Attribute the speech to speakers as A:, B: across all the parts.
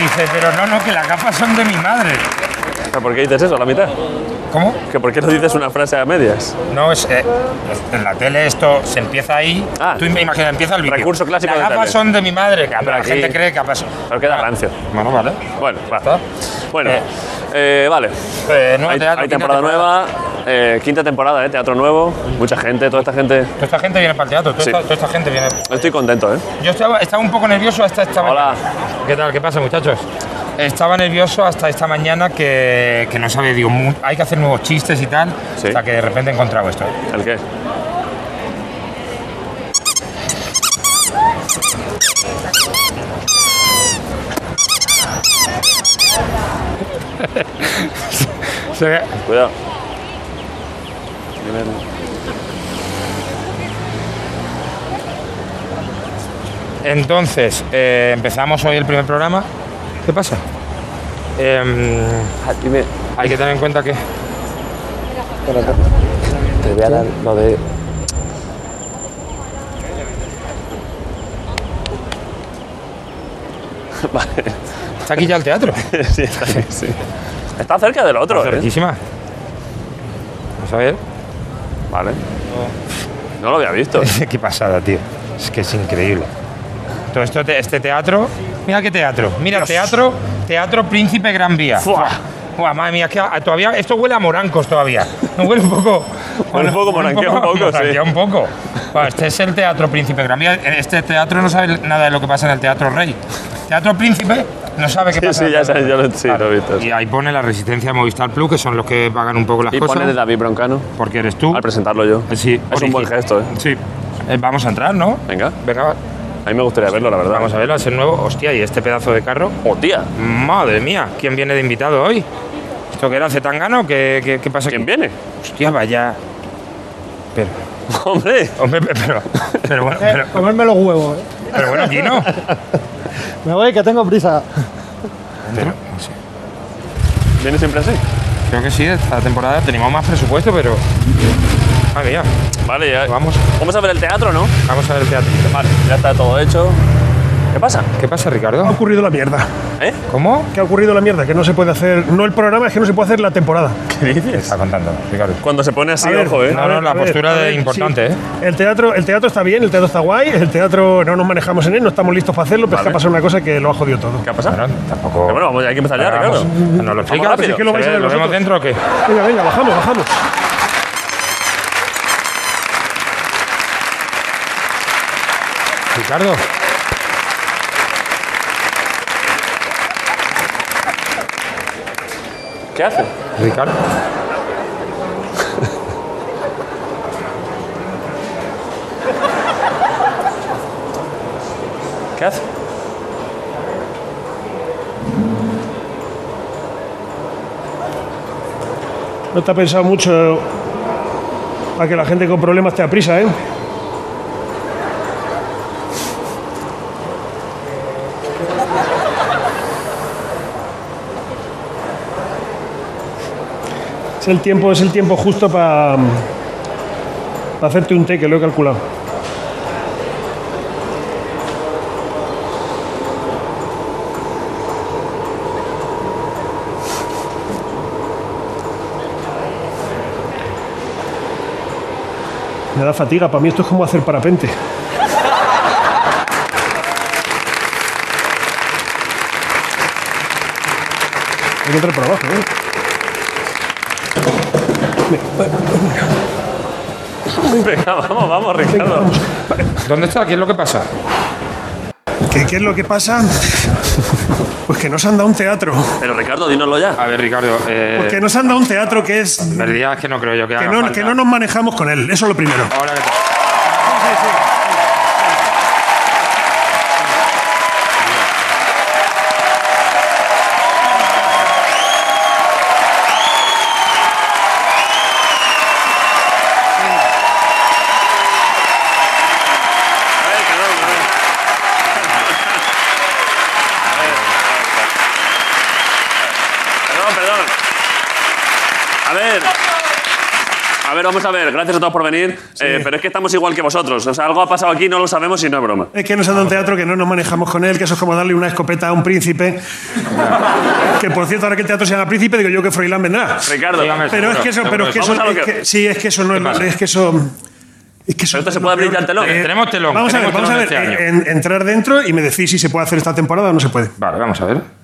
A: dice, pero no, no, que las gafas son de mi madre.
B: ¿Por qué dices eso a la mitad?
A: ¿Cómo?
B: ¿Que ¿Por qué no dices una frase a medias?
A: No, es, eh, en la tele esto se empieza ahí.
B: Ah.
A: tú imagina, empieza el vídeo.
B: Recurso clásico
A: Las
B: de
A: gafas
B: tele.
A: son de mi madre. que
B: pero
A: la
B: aquí-
A: gente cree que ha pasado.
B: Pero queda rancio.
A: Bueno, vale.
B: Bueno, va.
A: ¿Está?
B: Bueno,
A: Eh.
B: eh, vale.
A: Eh, nuevo
B: Hay,
A: teatro,
B: hay
A: quinta
B: temporada nueva, eh, quinta temporada, eh, teatro nuevo, mucha gente, toda esta gente.
A: Toda esta gente viene para el teatro. Toda,
B: Sí.
A: esta, toda esta gente viene.
B: Estoy contento, ¿eh?
A: Yo estaba, estaba un poco nervioso hasta esta
B: Hola.
A: mañana. ¿Qué tal? ¿Qué pasa, muchachos? Estaba nervioso hasta esta mañana que, que no sabía, digo, mu- hay que hacer nuevos chistes y tal,
B: Sí.
A: hasta que de repente he encontrado esto.
B: ¿El qué?
A: Se ve-
B: Cuidado.
A: Entonces, eh, empezamos hoy el primer programa. ¿Qué pasa? Em,
B: Ah, Dime,
A: hay que tener en cuenta que...
B: te voy a dar lo de. Vale,
A: Está aquí ya el teatro.
B: sí, está bien, sí. Está cerca del otro, ¿eh?
A: Cerquísima. Vamos a ver.
B: Vale. No lo había visto.
A: Qué pasada, tío. Es que es increíble. Todo esto, te- este teatro. Mira qué teatro. Mira, teatro, teatro Príncipe Gran Vía.
B: Fuah.
A: Buah, madre mía, es que a- todavía esto huele a morancos todavía. No huele un poco.
B: Huele un poco moranquea, un poco, sí.
A: moranquea un poco. Buah, este es el Teatro Príncipe Gran Vía. Este teatro no sabe nada de lo que pasa en el Teatro Rey. Teatro Príncipe no sabe qué
B: Sí,
A: pasa. en
B: sí,
A: el
B: ya
A: Teatro
B: sabes, yo
A: Rey.
B: lo, sí, lo he visto.
A: Y ahí pone la resistencia de Movistar Plus, que son los que pagan un poco las
B: Y
A: cosas.
B: pone de David Broncano
A: Porque eres tú.
B: al presentarlo yo.
A: Sí,
B: Es un buen
A: origi-
B: gesto, ¿eh?
A: Sí. Eh, Vamos a entrar, ¿no?
B: Venga,
A: Venga, va.
B: a mí me gustaría verlo, la verdad.
A: vamos a verlo, es el nuevo. Hostia, y este pedazo de carro.
B: ¡Oh, tía!
A: Madre mía, ¿quién viene de invitado hoy? ¿Esto qué era? ¿Zetangano? ¿Qué, qué, qué pasa
B: ¿Quién
A: aquí?
B: viene?
A: Hostia, vaya. Pero,
B: ¡Hombre!
A: hombre, pe- pero, pero bueno, pero,
C: Eh, Comerme los huevos. eh.
A: pero bueno, Kino.
C: Me voy que tengo prisa.
A: Pero, no sé,
B: ¿Viene siempre así?
A: Creo que sí, esta temporada tenemos más presupuesto, pero. Madre mía,
B: Vale, ya.
A: vamos,
B: Vamos a ver el teatro, ¿no?
A: vamos a ver el teatro.
B: Vale, ya está todo hecho. ¿Qué pasa?
A: ¿Qué pasa,
C: Ha
A: Ricardo?
C: ocurrido la mierda.
B: ¿Eh?
A: ¿Cómo?
C: Que ha ocurrido la mierda, que no se puede hacer, no el programa, es que no se puede hacer la temporada.
B: ¿Qué
A: ¿Qué
B: dices?
A: está contando, Ricardo?
B: Cuando se pone así,
C: A ver,
B: ojo, ¿eh?
A: no, no, la
C: a
A: postura
C: a
A: de importante, ¿eh?
C: El teatro, el teatro está bien, el teatro está guay, el teatro no nos manejamos en él, no estamos listos para hacerlo, pero es que
B: Vale.
C: ha pasado una cosa que lo ha jodido todo.
B: ¿Qué ha pasado?
A: Bueno, tampoco.
B: Pero bueno, vamos, hay que empezar ya,
A: Ahora
B: Ricardo.
A: vamos. ¿Nos lo explica?
B: rápido. Eh,
A: ¿Es que lo, vais a ver ¿Lo vemos
C: vosotros.
A: dentro o qué?
C: Venga, venga, bajamos, bajamos.
A: Ricardo.
B: ¿Qué hace?
A: Ricardo.
B: ¿Qué hace?
C: No te ha pensado mucho para que la gente con problemas te aprisa, ¿eh? Es el tiempo, es el tiempo justo para hacerte un té, que lo he calculado. Me da fatiga, para mí esto es como hacer parapente. Hay que entrar por abajo, ¿eh?
B: Venga, vamos, vamos, Ricardo.
A: ¿Dónde está? ¿Qué es lo que pasa?
C: ¿Qué, qué es lo que pasa? Pues que nos han dado un teatro. Pues
B: Pero Ricardo, dínoslo ya.
A: A ver, Ricardo. Eh,
C: Que nos han dado un teatro que es.
A: en realidad es que no creo yo que,
C: Que
A: haga
C: no,
A: falta.
C: que no nos manejamos con él, eso es lo primero.
A: Ahora que te-
B: A ver, que no, a ver. A ver, a ver. Perdón, perdón. A ver. A ver, ver, vamos a ver. Gracias a todos por venir. Eh, pero es que estamos igual que vosotros. O sea, algo ha pasado aquí, no lo sabemos y no es broma.
C: Es que nos han dado un teatro que no nos manejamos con él, que eso es como darle una escopeta a un príncipe. que por cierto, ahora que el teatro se llama príncipe, digo yo que Froilán vendrá.
B: Ricardo.
A: Dígame,
B: Pero
C: Pero es
A: seguro,
C: que eso,
A: seguro.
C: pero es que
B: Vamos
C: eso,
B: a lo
C: es
B: que-
C: que- sí, es que eso no es,
A: pasa?
C: es que eso, es que eso.
B: esto se
C: lo
B: puede
C: peor
B: abrir ya el
C: que-
B: telón. ¿eh?
A: Tenemos telón.
C: Vamos a ver,
A: tenemos
C: vamos
A: telón
C: a ver, eh,
A: este año.
C: en- entrar dentro y me decís si se puede hacer esta temporada o no se puede.
A: Vale, vamos a ver.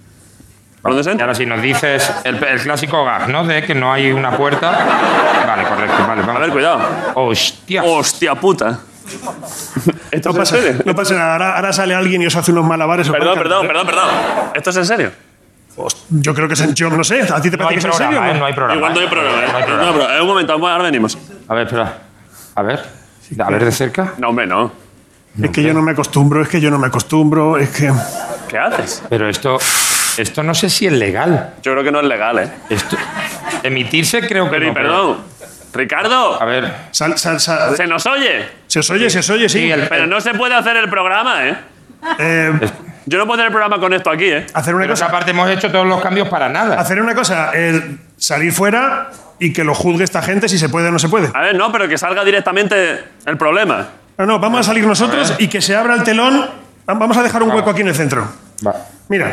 B: ¿Por dónde se
A: Y
B: entra?
A: ahora si nos dices el, el clásico gag, ¿no? De que no hay una puerta. Vale, correcto, vale, vamos.
B: A ver, Oh, cuidado.
A: Hostia.
B: Hostia puta. ¿Esto
C: No
B: es en
C: pasa,
B: serio?
C: no pasa nada. Ahora, ahora sale alguien y os hace unos malabares. o
B: Perdón,
C: cualquier-
B: perdón, perdón, perdón. ¿Esto es en serio?
C: Pues, Yo creo que es en- yo no sé. ¿A ti te
A: No hay
C: parece que es en
A: programa,
C: serio? o no?
A: ¿eh? No hay programa.
B: Igual no hay problema, ¿eh?
A: No hay programa.
B: No, pero, eh, un momento, ahora venimos.
A: A ver, espera. A ver. A ver de cerca.
B: No, hombre, no.
C: Es que yo no me acostumbro, es que yo no me acostumbro, es que.
B: ¿Qué haces?
A: Pero esto. Esto no sé si es legal.
B: Yo creo que no es legal, ¿eh?
A: Esto. Emitirse creo que
B: Pero, y
A: no. pero-
B: perdón. Ricardo,
A: A ver.
C: sal- sal- sal-
B: se nos oye.
C: se os oye, se os oye, sí.
A: Sí, el-
B: Pero no se puede hacer el programa, ¿eh?
C: Eh,
B: Yo no puedo hacer el programa con esto aquí, ¿eh?
C: hacer una
A: Pero esa
C: cosa.
A: parte hemos hecho todos los cambios para nada.
C: Hacer una cosa, eh, salir fuera y que lo juzgue esta gente si se puede o no se puede.
B: A ver, no, pero que salga directamente el problema.
C: No, no, vamos a salir nosotros y que se abra el telón. Vamos a dejar un hueco aquí en el centro.
A: Va.
C: Mira,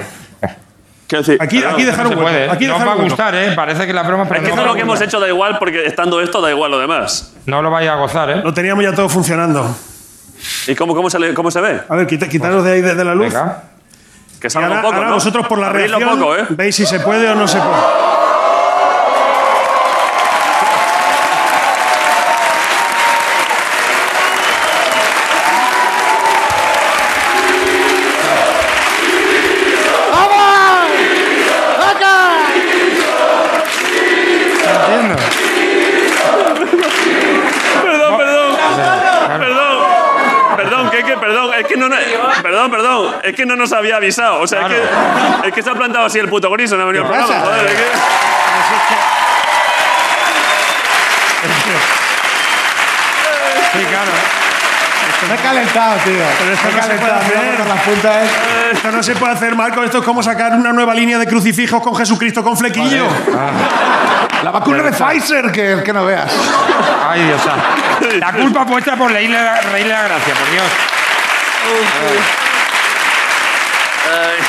B: Quiero decir,
C: aquí,
B: perdón.
C: aquí dejar
A: No se
C: un hueco.
A: puede. ¿eh?
C: Aquí
A: no os
C: dejar
A: va a
C: un hueco.
A: gustar, ¿eh? Parece que la broma. pero
B: Es
A: no
B: que esto
A: os
B: es
A: va
B: lo
A: a
B: que hemos
A: gustar.
B: hecho da igual, porque estando esto da igual lo demás.
A: No lo vais a gozar, ¿eh?
C: Lo teníamos ya todo funcionando.
B: ¿Y cómo, cómo, se, le- cómo se ve?
C: A ver, quita- quitaros de ahí de, de la luz.
A: Venga.
B: Que
C: Y
B: salga
C: ahora,
B: un poco,
C: ahora
B: ¿no?
C: vosotros por la
B: Abrirlo
C: reacción
B: poco, ¿eh?
C: veis si se puede o no se puede.
A: Entiendo.
B: Perdón, perdón. Perdón. Perdón, que, que, perdón, es que no, no- perdón, perdón, es que no nos había avisado. O sea, es, que, es que se ha plantado así el puto gris, no ha venido al
A: ¿Qué
B: programa.
A: pasa?
B: joder, es que-
A: Sí, claro.
D: Me he calentado, tío.
C: Pero esto
D: Me he
C: no se puede
D: calentado,
C: hacer.
D: tío, con las puntas. eh.
C: Esto no se puede hacer, Marco. Esto es como sacar una nueva línea de crucifijos con Jesucristo con flequillo.
D: La vacuna de Pfizer, que, que no veas.
A: Ay, Dios. santo. La culpa puesta por reírle la, reírle la gracia, por Dios.
B: es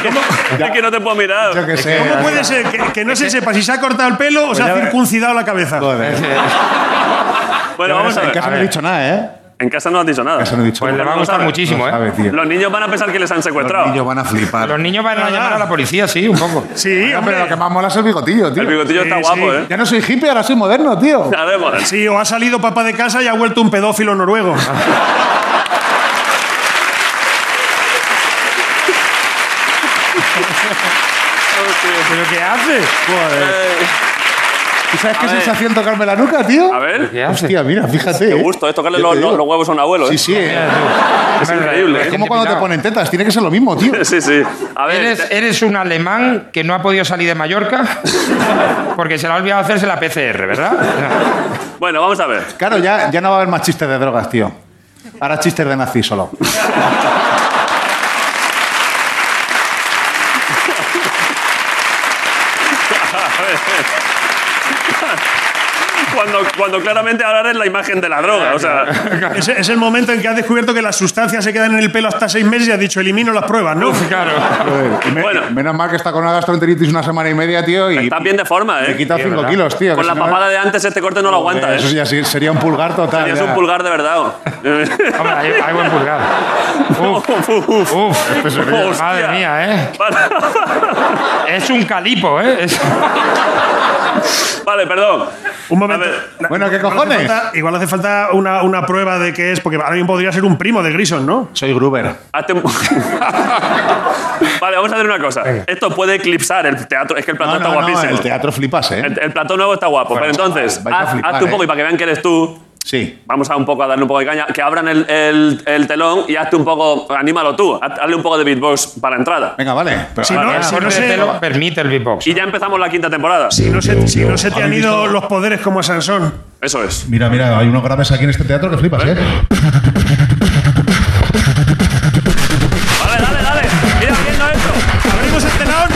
B: que- es que no te puedo mirar.
D: Yo qué sé.
C: ¿Cómo puede ser que, que no se sepa si se ha cortado el pelo o se
D: Pues
C: ha
D: ya-
C: circuncidado la cabeza?
D: Joder.
A: Eh,
B: Bueno, vamos a
D: En
B: ver.
D: casa no he dicho nada, ¿eh? En
B: En casa no has dicho nada.
D: casa no he dicho
A: Pues le
D: nada.
A: va a gustar
B: No
A: muchísimo,
D: No
A: ¿eh?
D: sabe, tío.
B: Los niños van a pensar que les han
D: Los
B: secuestrado.
D: niños van a flipar.
A: Los niños van a llamar a la policía, sí, un poco.
C: Sí,
D: No,
C: hombre.
D: pero lo que más mola es el bigotillo, tío.
B: El bigotillo está
C: Sí,
B: guapo,
C: sí.
B: ¿eh?
D: Ya no soy hippie, ahora soy moderno, tío.
B: A ver, bueno,
C: Sí, o ha salido papá de casa y ha vuelto un pedófilo noruego.
D: Ah,
A: ¿Pero qué haces?
D: ¿Y sabes qué
B: A ver.
D: sensación tocarme la nuca, tío?
B: A ver,
A: ¿Qué haces?
D: Hostia, mira, fíjate.
B: qué
D: eh.
B: gusto es tocarle
D: Yo
B: los,
D: te digo.
B: los- los huevos a un abuelo, ¿eh?
D: Sí, sí. eh.
A: Es
B: increíble, ¿eh?
D: Es como cuando te ponen tetas, tiene que ser lo mismo, tío.
B: Sí, sí. A ver,
A: ¿Eres, eres un alemán que no ha podido salir de Mallorca porque se le ha olvidado hacerse la PCR, ¿verdad?
B: bueno, vamos a ver.
D: Claro, ya, ya no va a haber más chistes de drogas, tío. Ahora chistes de nazi solo.
B: Cuando, cuando claramente ahora es la imagen de la droga, o sea,
C: Es, es el momento en que has descubierto que las sustancias se quedan en el pelo hasta seis meses y has dicho, elimino las pruebas, ¿no?
A: Claro.
D: Joder, y me-
B: Bueno.
D: y menos mal que está con una gastroenteritis una semana y media, tío, y
B: estás bien de forma,
D: me
B: ¿eh?
D: quita 5 kilos, tío. que
B: Con
D: si
B: la
D: no-
B: papada de antes este corte no lo aguanta,
D: Eso
B: ¿eh?
D: ya sí- sería un pulgar total.
B: Tenías
D: ya.
B: un pulgar de verdad.
A: Hombre, hay, hay buen pulgar. Uf,
B: Uf.
A: uf. pues,
B: Hostia.
A: Madre mía, ¿eh? Es un calipo, ¿eh? Es-
B: Vale, perdón.
C: Un momento.
B: A ver.
C: La-
D: Bueno, ¿qué
C: igual hace
D: cojones?
C: falta- igual hace falta una, una prueba de qué es, porque ahora mismo podría ser un primo de Grison, ¿no?
D: Soy Gruber.
B: Hazte un- vale, vamos a hacer una cosa. Esto puede eclipsar el teatro. Es que el platón está guapísimo.
D: el teatro flipas, ¿eh?
B: El, el platón nuevo está guapo. pero entonces,
D: vais a
B: haz,
D: flipar,
B: hazte un poco y
D: ¿eh?
B: para que vean que eres tú.
D: Sí.
B: Vamos a un poco a darle un poco de caña. Que abran el, el- el telón y hazte un poco. Anímalo tú. Haz- Hazle un poco de beatbox para entrada.
D: Venga, vale. Pero,
C: Si
D: ah,
C: no,
A: el
C: si
A: corte
C: no
A: de
C: se,
A: pelo permite el beatbox.
B: Y ya empezamos la quinta temporada.
C: si no se- si no se te han ido los poderes como a Sansón.
B: Eso es.
E: Mira, mira, hay unos graves aquí en este teatro que flipas, ¿eh?
B: Vale, dale, dale. este Mira, haciendo esto.
C: Abrimos el telón.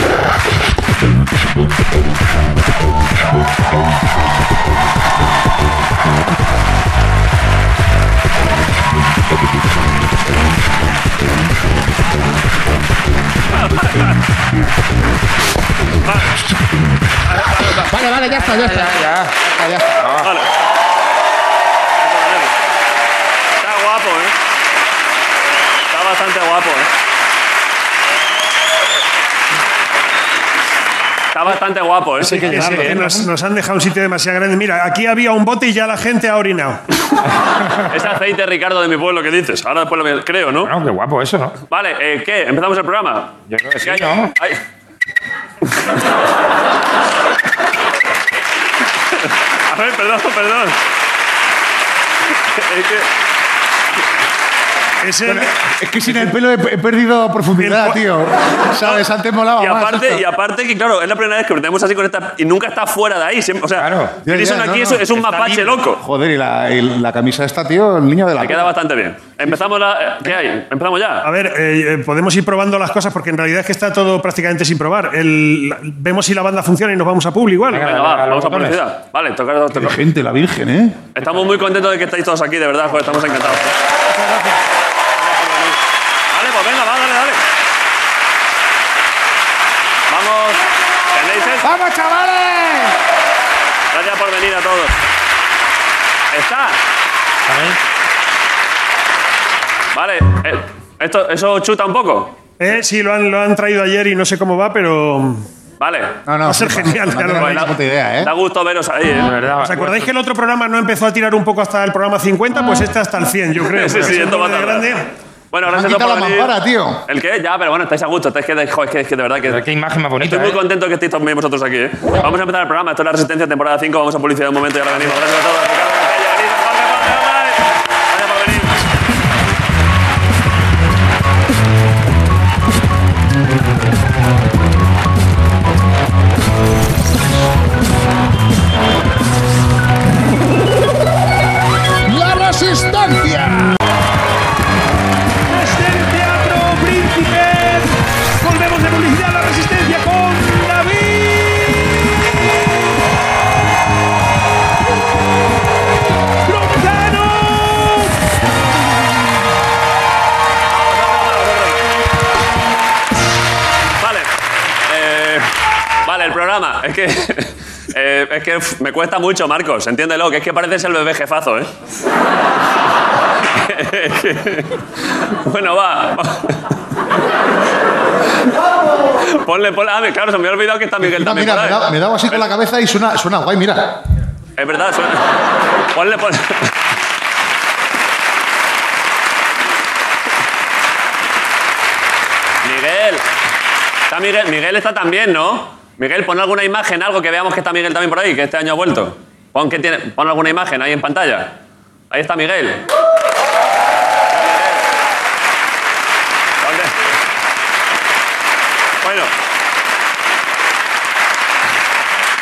E: Vale, vale, ya está, ya está. Ya, ya está.
B: Vale. Está guapo, ¿eh? Está bastante guapo, ¿eh? Está bastante guapo, ¿eh?
C: Sí, que sí, que nos, nos han dejado un sitio demasiado grande. Mira, aquí había un bote y ya la gente ha orinado.
B: Es aceite, Ricardo, de mi pueblo que dices. Ahora después lo voy a- creo, ¿no?
A: Bueno, qué guapo eso, ¿no?
B: Vale, eh, ¿qué? ¿Empezamos el programa?
A: Yo creo que sí,
B: ¿Qué hay?
A: ¿no?
B: Ay. A ver, perdón, perdón. Es que-
C: Es el-
D: Es que sin el pelo he, he perdido
C: El
D: profundidad,
C: cua-
D: tío. ¿Sabes? Antes molaba
B: Y
D: más esto.
B: aparte, y aparte que claro, es la primera vez que lo tenemos así con esta... Y nunca está fuera de ahí. siempre- o sea,
A: Claro.
D: Ya,
B: Grison
D: ya,
B: aquí
D: no,
B: es,
D: no.
B: es un
A: Está
B: mapache
A: libre.
B: loco.
D: Joder, y la, y la camisa esta, tío, el niño de la...
B: Me queda bastante bien. Empezamos la... eh, ¿Qué hay? ¿Empezamos ya?
D: Ah,
C: A ver, eh, eh, podemos ir probando las cosas porque en realidad es que está todo prácticamente sin probar. El- la- vemos si la banda funciona y nos vamos a público igual.
A: Venga.
B: Venga, va,
A: a los
B: vamos a
A: botones.
B: publicidad. Vale, tocar dos
D: Qué gente, la virgen, ¿eh?
B: Estamos muy contentos de que estáis todos aquí, de verdad, joder, estamos encantados. Vale, pues venga, va, dale, dale. Vamos. ¿Tenéis esto?
D: ¡Vamos, chavales!
B: Gracias por venir a todos. Está. Vale. eh, esto, ¿Eso chuta un poco?
C: Eh, sí, lo han, lo han traído ayer y no sé cómo va, pero...
B: Vale.
D: No, no.
C: Va a ser
D: flipas.
C: genial,
D: No
C: claro.
D: tenéis
B: Bueno,
D: ni puta idea, ¿eh?
B: Da gusto veros ahí,
A: De
B: ¿eh?
A: verdad.
C: ¿Os acordáis que el otro programa no empezó a tirar un poco hasta el programa 50? Pues este hasta el 100, yo creo.
B: Sí, sí,
C: Es
B: esto va a
C: de
B: tardar.
C: grande.
B: Bueno,
D: Me han
B: gracias a todos
D: quitado la
B: por venir.
D: mampara, tío.
B: ¿El qué? Ya, pero bueno, estáis a gusto. Estáis que, joder, es que, es que de verdad que...
A: Pero Qué imagen más bonita.
B: Estoy muy
A: ¿eh?
B: contento que estéis también vosotros aquí. ¿eh? Vamos a empezar el programa. Esto es la Resistencia, temporada 5. Vamos a publicidad un momento y ahora venimos. Gracias a todos. Ricardo Montella, Elisa, Jorge, Jorge, Jorge. Gracias por venir.
E: ¡La resistencia!
C: Desde el Teatro Príncipe, volvemos de publicidad a la resistencia con David. Lozano.
B: Vale. Eh, vale, el programa. Es que. eh, es que uf, me cuesta mucho, Marcos. Entiéndelo, que es que pareces el bebé jefazo, ¿eh? bueno, va. ponle, ponle. Ah, claro, se me había olvidado que está Miguel
D: No,
B: también.
D: mira,
B: por
D: me he
B: ahí.
D: dado- me he dado así con la cabeza y suena, suena guay, mira.
B: Es verdad, suena. Ponle, ponle. Miguel. Está Miguel. Miguel está también, ¿no? Miguel, pon alguna imagen, algo que veamos que está Miguel también por ahí, que este año ha vuelto. Pon, que tiene, pon alguna imagen ahí en pantalla. Ahí está Miguel. Ponle. Bueno.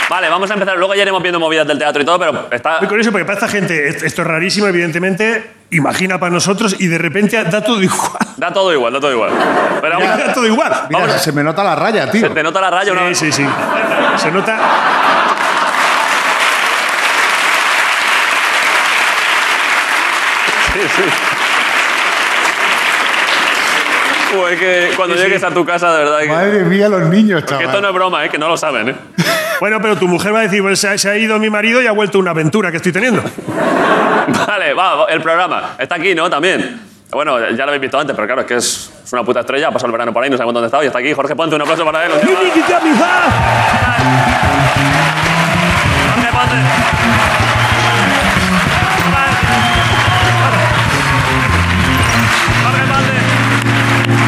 B: Vale, vamos a empezar. Luego ya iremos viendo movidas del teatro y todo, pero está,
C: Muy curioso porque para esta gente est- esto es rarísimo, evidentemente. Imagina para nosotros y de repente da todo igual.
B: Da todo igual, da todo igual. Pero vamos,
C: Da todo igual.
D: Mira,
B: Vámonos.
D: se me nota la raya, tío.
B: te nota la raya una
C: Sí,
B: vez.
C: sí, sí. Se nota.
B: Uy, es que cuando llegues a tu casa, de verdad. Que,
D: Madre mía, los niños,
B: que esto no
D: chaval.
B: es broma, ¿eh? que no lo saben. ¿eh?
C: Bueno, pero tu mujer va a decir, pues, se ha- se ha ido mi marido y ha vuelto una aventura que estoy teniendo.
B: Vale, va, el programa. Está aquí, ¿no? También. Bueno, ya lo habéis visto antes, pero claro, es que es, es una puta estrella. Ha pasado el verano por ahí, no sabemos dónde estaba y está aquí. Jorge Ponte, un aplauso para él. un tío más. Jorge Ponte. Jorge Ponte.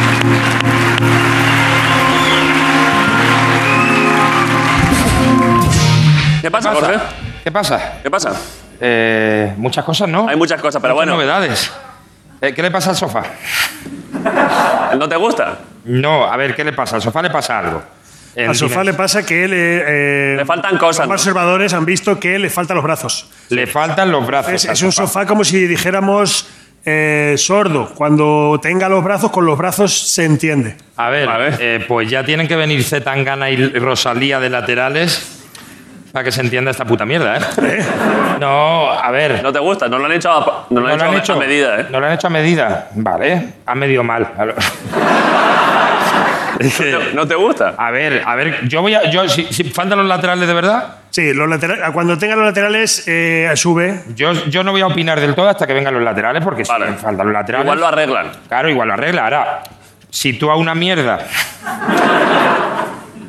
B: ¿Qué pasa, Jorge?
A: ¿Qué pasa?
B: ¿Qué pasa?
A: Eh, muchas cosas, ¿no?
B: Hay muchas cosas, pero
A: Muchas
B: bueno,
A: novedades. Eh, ¿Qué le pasa al sofá?
B: ¿no te gusta?
A: No, a ver, ¿qué le pasa? Al sofá le pasa algo. El
C: Al sofá le
A: dinero-
C: pasa que él, eh, eh,
B: Le faltan cosas.
C: los
B: ¿no?
C: observadores han visto que le faltan los brazos.
A: le faltan los brazos.
C: Es,
A: al
C: es un sofá como si dijéramos eh, sordo. Cuando tenga los brazos, con los brazos se entiende.
A: A ver,
B: A ver.
A: eh, pues ya tienen que venir Zetangana y Rosalía de laterales para que se entienda esta puta mierda, ¿eh? No, a ver.
B: No te gusta, no lo han hecho a, no lo han hecho a- a medida, ¿eh?
A: ¿No lo han hecho a medida? Vale, ha medio mal. A lo- Es que-
B: ¿No, no te gusta?
A: a ver, a ver, yo voy a. Yo, si, si faltan los laterales de verdad,
C: Sí, los laterales, cuando tenga los laterales, eh, sube.
A: yo, yo no voy a opinar del todo hasta que vengan los laterales, porque
B: Vale.
A: si faltan los laterales.
B: Igual lo arreglan.
A: Claro, igual lo arregla. Ahora, si tú a una mierda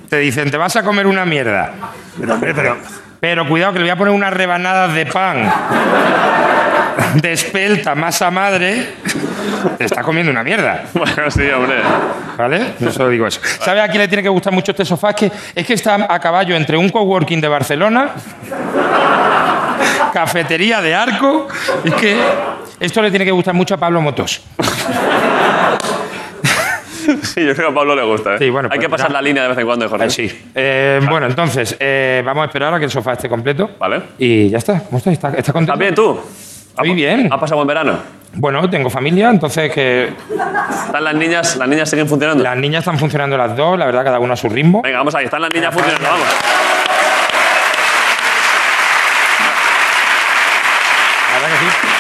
A: te dicen, te vas a comer una mierda,
C: Pero, hombre, pero.
A: pero cuidado que le voy a poner unas rebanadas de pan de espelta, masa madre, te estás comiendo una mierda.
B: Bueno, sí, hombre.
A: ¿Vale? No solo digo eso. ¿Sabes a quién le tiene que gustar mucho este sofá? Es que, es que está a caballo entre un coworking de Barcelona, cafetería de arco. Es que esto le tiene que gustar mucho a Pablo Motos.
B: Sí, yo creo que a Pablo le gusta. ¿eh?
A: Sí, bueno,
B: Hay
A: pues
B: que pasar
A: mira.
B: la línea de vez en cuando, Jorge.
A: Ahí sí. Eh, Bueno, entonces, eh, vamos a esperar a que el sofá esté completo.
B: Vale.
A: Y ya está. ¿Cómo estás? ¿Estás, estás contento?
B: ¿Estás bien tú?
A: Muy bien.
B: ¿Has pasado buen verano?
A: Bueno, tengo familia, entonces que
B: ¿Están las niñas, las niñas siguen funcionando?
A: las niñas están funcionando las dos, la verdad, cada una a su ritmo.
B: Venga, vamos ahí. Están las niñas funcionando, vamos.
A: La verdad que sí.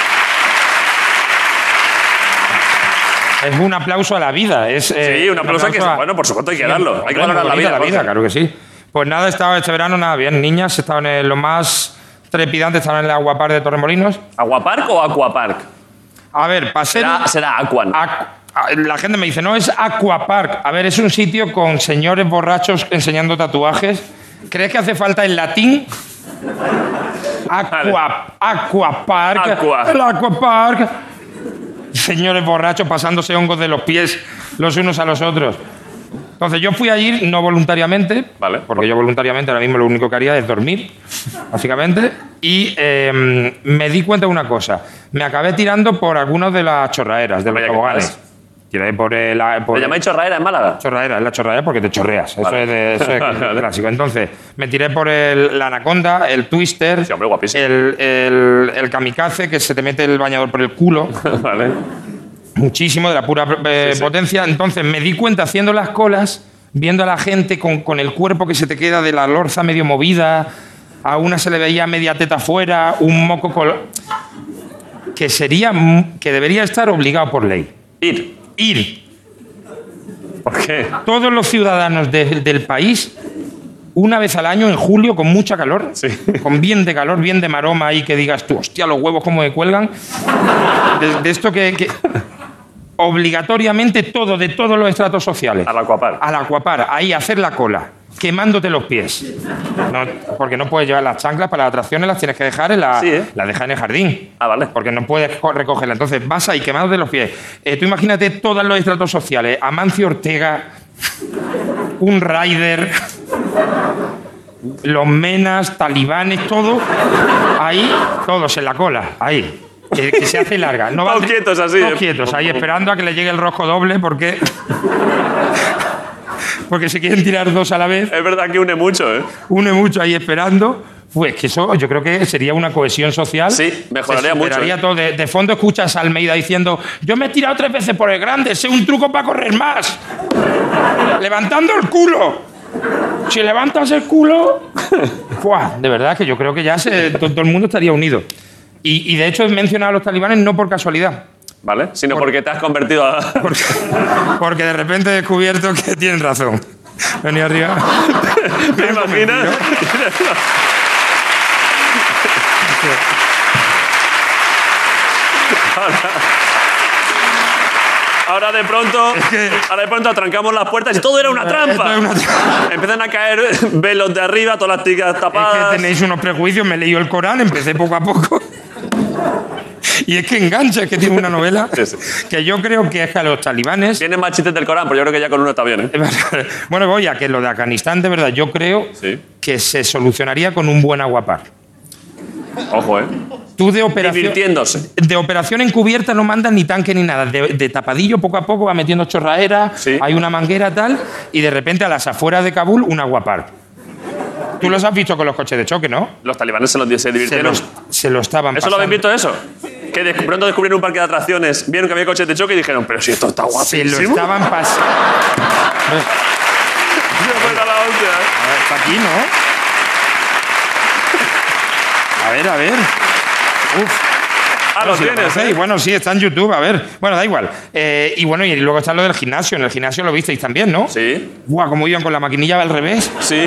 A: Es un aplauso a la vida. Es, eh,
B: Sí, un aplauso que...
A: a-
B: Bueno, por supuesto hay que
A: Sí,
B: darlo. Hay
A: hombre,
B: que valorar
A: muy
B: la
A: bonita
B: vida, Jorge.
A: claro que sí. Pues nada, he estado este verano, nada, bien. Niñas estaban en lo más trepidante, estaban en el Aguapar de Torremolinos.
B: ¿Aguapark o aquapark?
A: A ver, pasé...
B: Será, será Aquan.
A: Acu- a- La gente me dice, no, es Aquapark. A ver, es un sitio con señores borrachos enseñando tatuajes. ¿Crees que hace falta el latín? Aqua, aquapark.
B: Aqua.
A: El aquapark. Señores borrachos pasándose hongos de los pies los unos a los otros. Entonces yo fui allí no voluntariamente,
B: Vale.
A: porque yo voluntariamente ahora mismo lo único que haría es dormir, básicamente, y eh, me di cuenta de una cosa, me acabé tirando por algunas de las chorraeras, de los
B: Vaya que
A: toboganes.
B: estás.
A: Tiré por eh, la... Por
B: ¿Le llamáis chorraera en Málaga?
A: chorraera, es la chorraera porque te chorreas, eso
B: Vale.
A: es, de- eso es
B: Vale.
A: clásico. Entonces, me tiré por el, la anaconda, el twister,
B: Sí, hombre, guapísimo.
A: el, el, el kamikaze que se te mete el bañador por el culo
B: vale.
A: muchísimo de la pura eh,
B: Sí, sí.
A: potencia. Entonces me di cuenta haciendo las colas, viendo a la gente con, con el cuerpo que se te queda de la lorza medio movida, a una se le veía media teta fuera, un moco col- que sería m- que debería estar obligado por ley.
B: Ir.
A: Ir
B: ¿Por qué?
A: todos los ciudadanos de- del país una vez al año en julio con mucha calor,
B: Sí.
A: con bien de calor, bien de maroma ahí que digas tú, hostia, los huevos cómo me cuelgan. De, de esto que, que- obligatoriamente todo de todos los estratos sociales.
B: Al Aquapark.
A: Al acuapar, ahí a hacer la cola, quemándote los pies. No, porque no puedes llevar las chanclas para las atracciones, las tienes que dejar en la,
B: Sí, ¿eh?
A: las dejas en el jardín.
B: Ah, vale.
A: Porque no puedes co- recogerla. Entonces vas ahí quemándote los pies. Eh, tú imagínate todos los estratos sociales. Amancio Ortega, un rider, los menas, talibanes, todo. Ahí, todos en la cola. Ahí. Que, que se hace larga. No
B: Todos
A: valdría-
B: quietos así,
A: Todos
B: eh.
A: quietos, ahí esperando a que le llegue el rosco doble porque... Porque se quieren tirar dos a la vez
B: Es verdad que une mucho, ¿eh?
A: une mucho ahí esperando. Pues que eso yo creo que sería una cohesión social.
B: Sí, mejoraría
A: Se superaría
B: mucho, ¿eh?
A: todo. De, de fondo escuchas a Almeida diciendo, yo me he tirado tres veces por el grande, sé un truco para correr más. Levantando el culo. Si levantas el culo... ¡Fua! De verdad que yo creo que ya se- to- todo el mundo estaría unido. Y, y de hecho he mencionado a los talibanes no por casualidad.
B: ¿Vale? Sino porque te has convertido a...
A: Porque, porque de repente he descubierto que tienen razón. Vení arriba.
B: ¿Te imaginas? Ahora de pronto, ahora de pronto atrancamos las puertas y todo era una trampa.
A: Eh, Esto es
B: Empiezan a caer velos de arriba, todas las ticas
A: Es
B: tapadas.
A: que tenéis unos prejuicios, me he leído el Corán, empecé poco a poco. Y es que engancha, es que tiene una novela
B: Sí, sí.
A: que yo creo que es que a los talibanes.
B: Tienen más chistes del Corán, pero yo creo que ya con uno está bien, ¿eh?
A: Bueno, voy a que lo de Afganistán, de verdad, yo creo
B: Sí.
A: que se solucionaría con un buen aguapar.
B: Ojo, ¿eh?
A: Tú de operación.
B: Divirtiéndose.
A: De operación encubierta no mandas ni tanque ni nada. De, de tapadillo poco a poco va metiendo chorraera,
B: Sí.
A: hay una manguera tal, y de repente a las afueras de Kabul un aguapar. Tú los has visto con los coches de choque, ¿no?
B: Los talibanes se, los, se
A: Se
B: divirtieron.
A: los- se lo estaban
B: ¿Eso lo habéis
A: pasando.
B: visto eso? Que de pronto descubrieron un parque de atracciones, vieron que había coches de choque y dijeron, pero si esto está
A: Se lo
B: guapísimo.
A: estaban pasando.
B: Qué buena la hostia, ¿eh?
A: Está aquí, ¿no? A ver, a ver. Uf.
B: Ah, lo
A: Sí, lo
B: tienes,
A: conocéis.
B: ¿eh?
A: Bueno, sí, está en YouTube, a ver. Bueno, da igual. Eh, y bueno, y luego está lo del gimnasio. En el gimnasio lo visteis también, ¿no?
B: Sí,
A: Guau, como iban con la maquinilla al revés.
B: sí.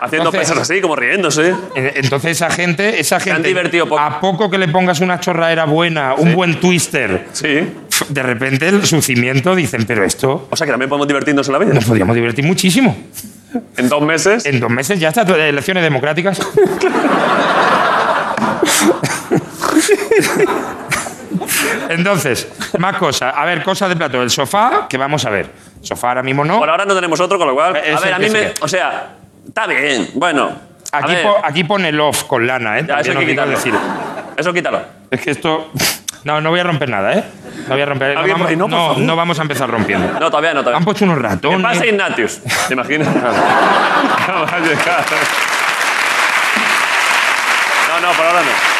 B: Haciendo
A: Entonces-
B: pesas así, como riéndose.
A: Eh, Entonces esa gente, esa
B: han
A: gente,
B: divertido poco.
A: a poco que le pongas una chorraera buena, un
B: Sí.
A: buen twister,
B: Sí.
A: de repente el- su cimiento dicen, pero esto
B: O sea que también podemos divertirnos en la vida.
A: nos podríamos divertir muchísimo.
B: En dos meses.
A: En dos meses ya está, to- elecciones democráticas. Entonces, más cosas. A ver, cosas de plato. El sofá, que vamos a ver. Sofá ahora mismo no.
B: Por ahora no tenemos otro, con lo cual.
A: Eh,
B: A
A: ese
B: ver, a
A: que
B: mí
A: se
B: me.
A: queda.
B: O sea, está bien. Bueno. a
A: Aquí,
B: ver,
A: po- aquí pone love con lana, ¿eh?
B: ya, eso
A: También
B: hay que
A: os digo
B: quitarlo.
A: decir.
B: Eso quítalo.
A: Es que esto. No, no voy a romper nada, ¿eh? No voy a romper. No
B: Alguien
A: vamos,
B: por ahí, no, por
A: no,
B: favor.
A: no vamos a empezar rompiendo.
B: No, todavía no,
A: Han
B: todavía.
A: puesto unos
B: ¿Qué pasa,
A: ratones.
B: Ignatius? ¿Te imaginas? no, no, por ahora no.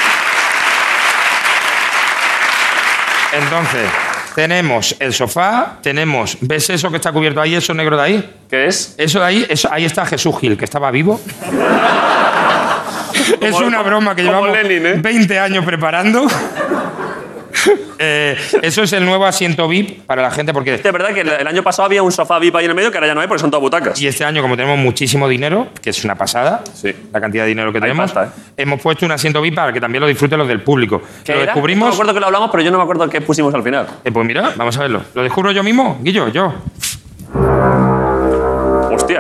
A: Entonces, tenemos el sofá, tenemos. ¿Ves eso que está cubierto ahí, eso negro de ahí?
B: ¿Qué es?
A: Eso de ahí, eso, ahí está Jesús Gil, que estaba vivo. es
B: Como-
A: una broma que
B: como
A: llevamos
B: Lenin, ¿eh?
A: 20 años preparando. Eh, eso es el nuevo asiento VIP para la gente, porque
B: Es verdad que el- el año pasado había un sofá VIP ahí en el medio que ahora ya no hay porque son todas butacas.
A: Y este año, como tenemos muchísimo dinero, que es una pasada,
B: Sí.
A: la cantidad de dinero que
B: Hay
A: tenemos,
B: pasta, ¿eh?
A: hemos puesto un asiento VIP para que también lo disfruten los del público. Lo
B: ¿Qué era? No me
A: descubrimos.
B: acuerdo que lo hablamos, pero yo no me acuerdo qué pusimos al final.
A: Eh, pues mira, vamos a verlo. ¿Lo descubro yo mismo? Guillo, yo.
B: Hostia.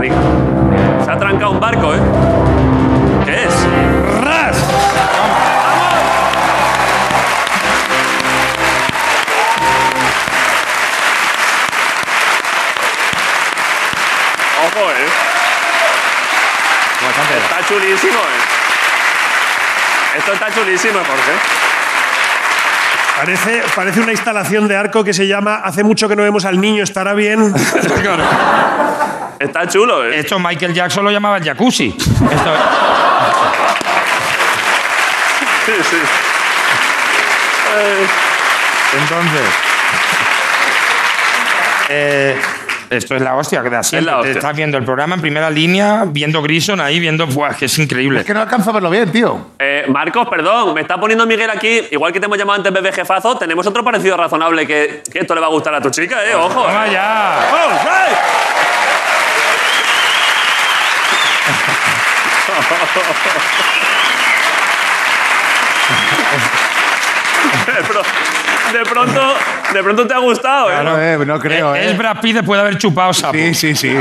B: Rico. Se ha trancado un barco, ¿eh? ¿Qué es?
A: ¡Ras!
B: Ojo, ¿eh? Está chulísimo, ¿eh? Esto está chulísimo, Jorge.
C: Parece, parece una instalación de arco que se llama Hace mucho que no vemos al niño, estará bien.
B: Está chulo, ¿eh?
A: Esto Michael Jackson lo llamaba el jacuzzi. Esto-
B: Sí, sí. Eh,
A: entonces. eh, esto es la hostia, que de asiento.
B: Es la
A: Te
B: hostia.
A: estás viendo el programa en primera línea, viendo Grison ahí, viendo. Buah, que es increíble.
D: Es que no alcanzo a verlo bien, tío.
B: Eh, Marcos, perdón, me está poniendo Miguel aquí. Igual que te hemos llamado antes bebé jefazo, tenemos otro parecido razonable que, que esto le va a gustar a tu chica, ¿eh? Ojo.
A: ¡Toma
B: eh.
A: ya!
B: ¡Oh, hey! De, pro- de pronto, de pronto te ha gustado, ¿eh?
D: Claro, eh, no creo,
A: Eh,
D: ¿eh?
A: Es Brad Pitt después de haber chupado sapo.
D: Sí, sí, sí.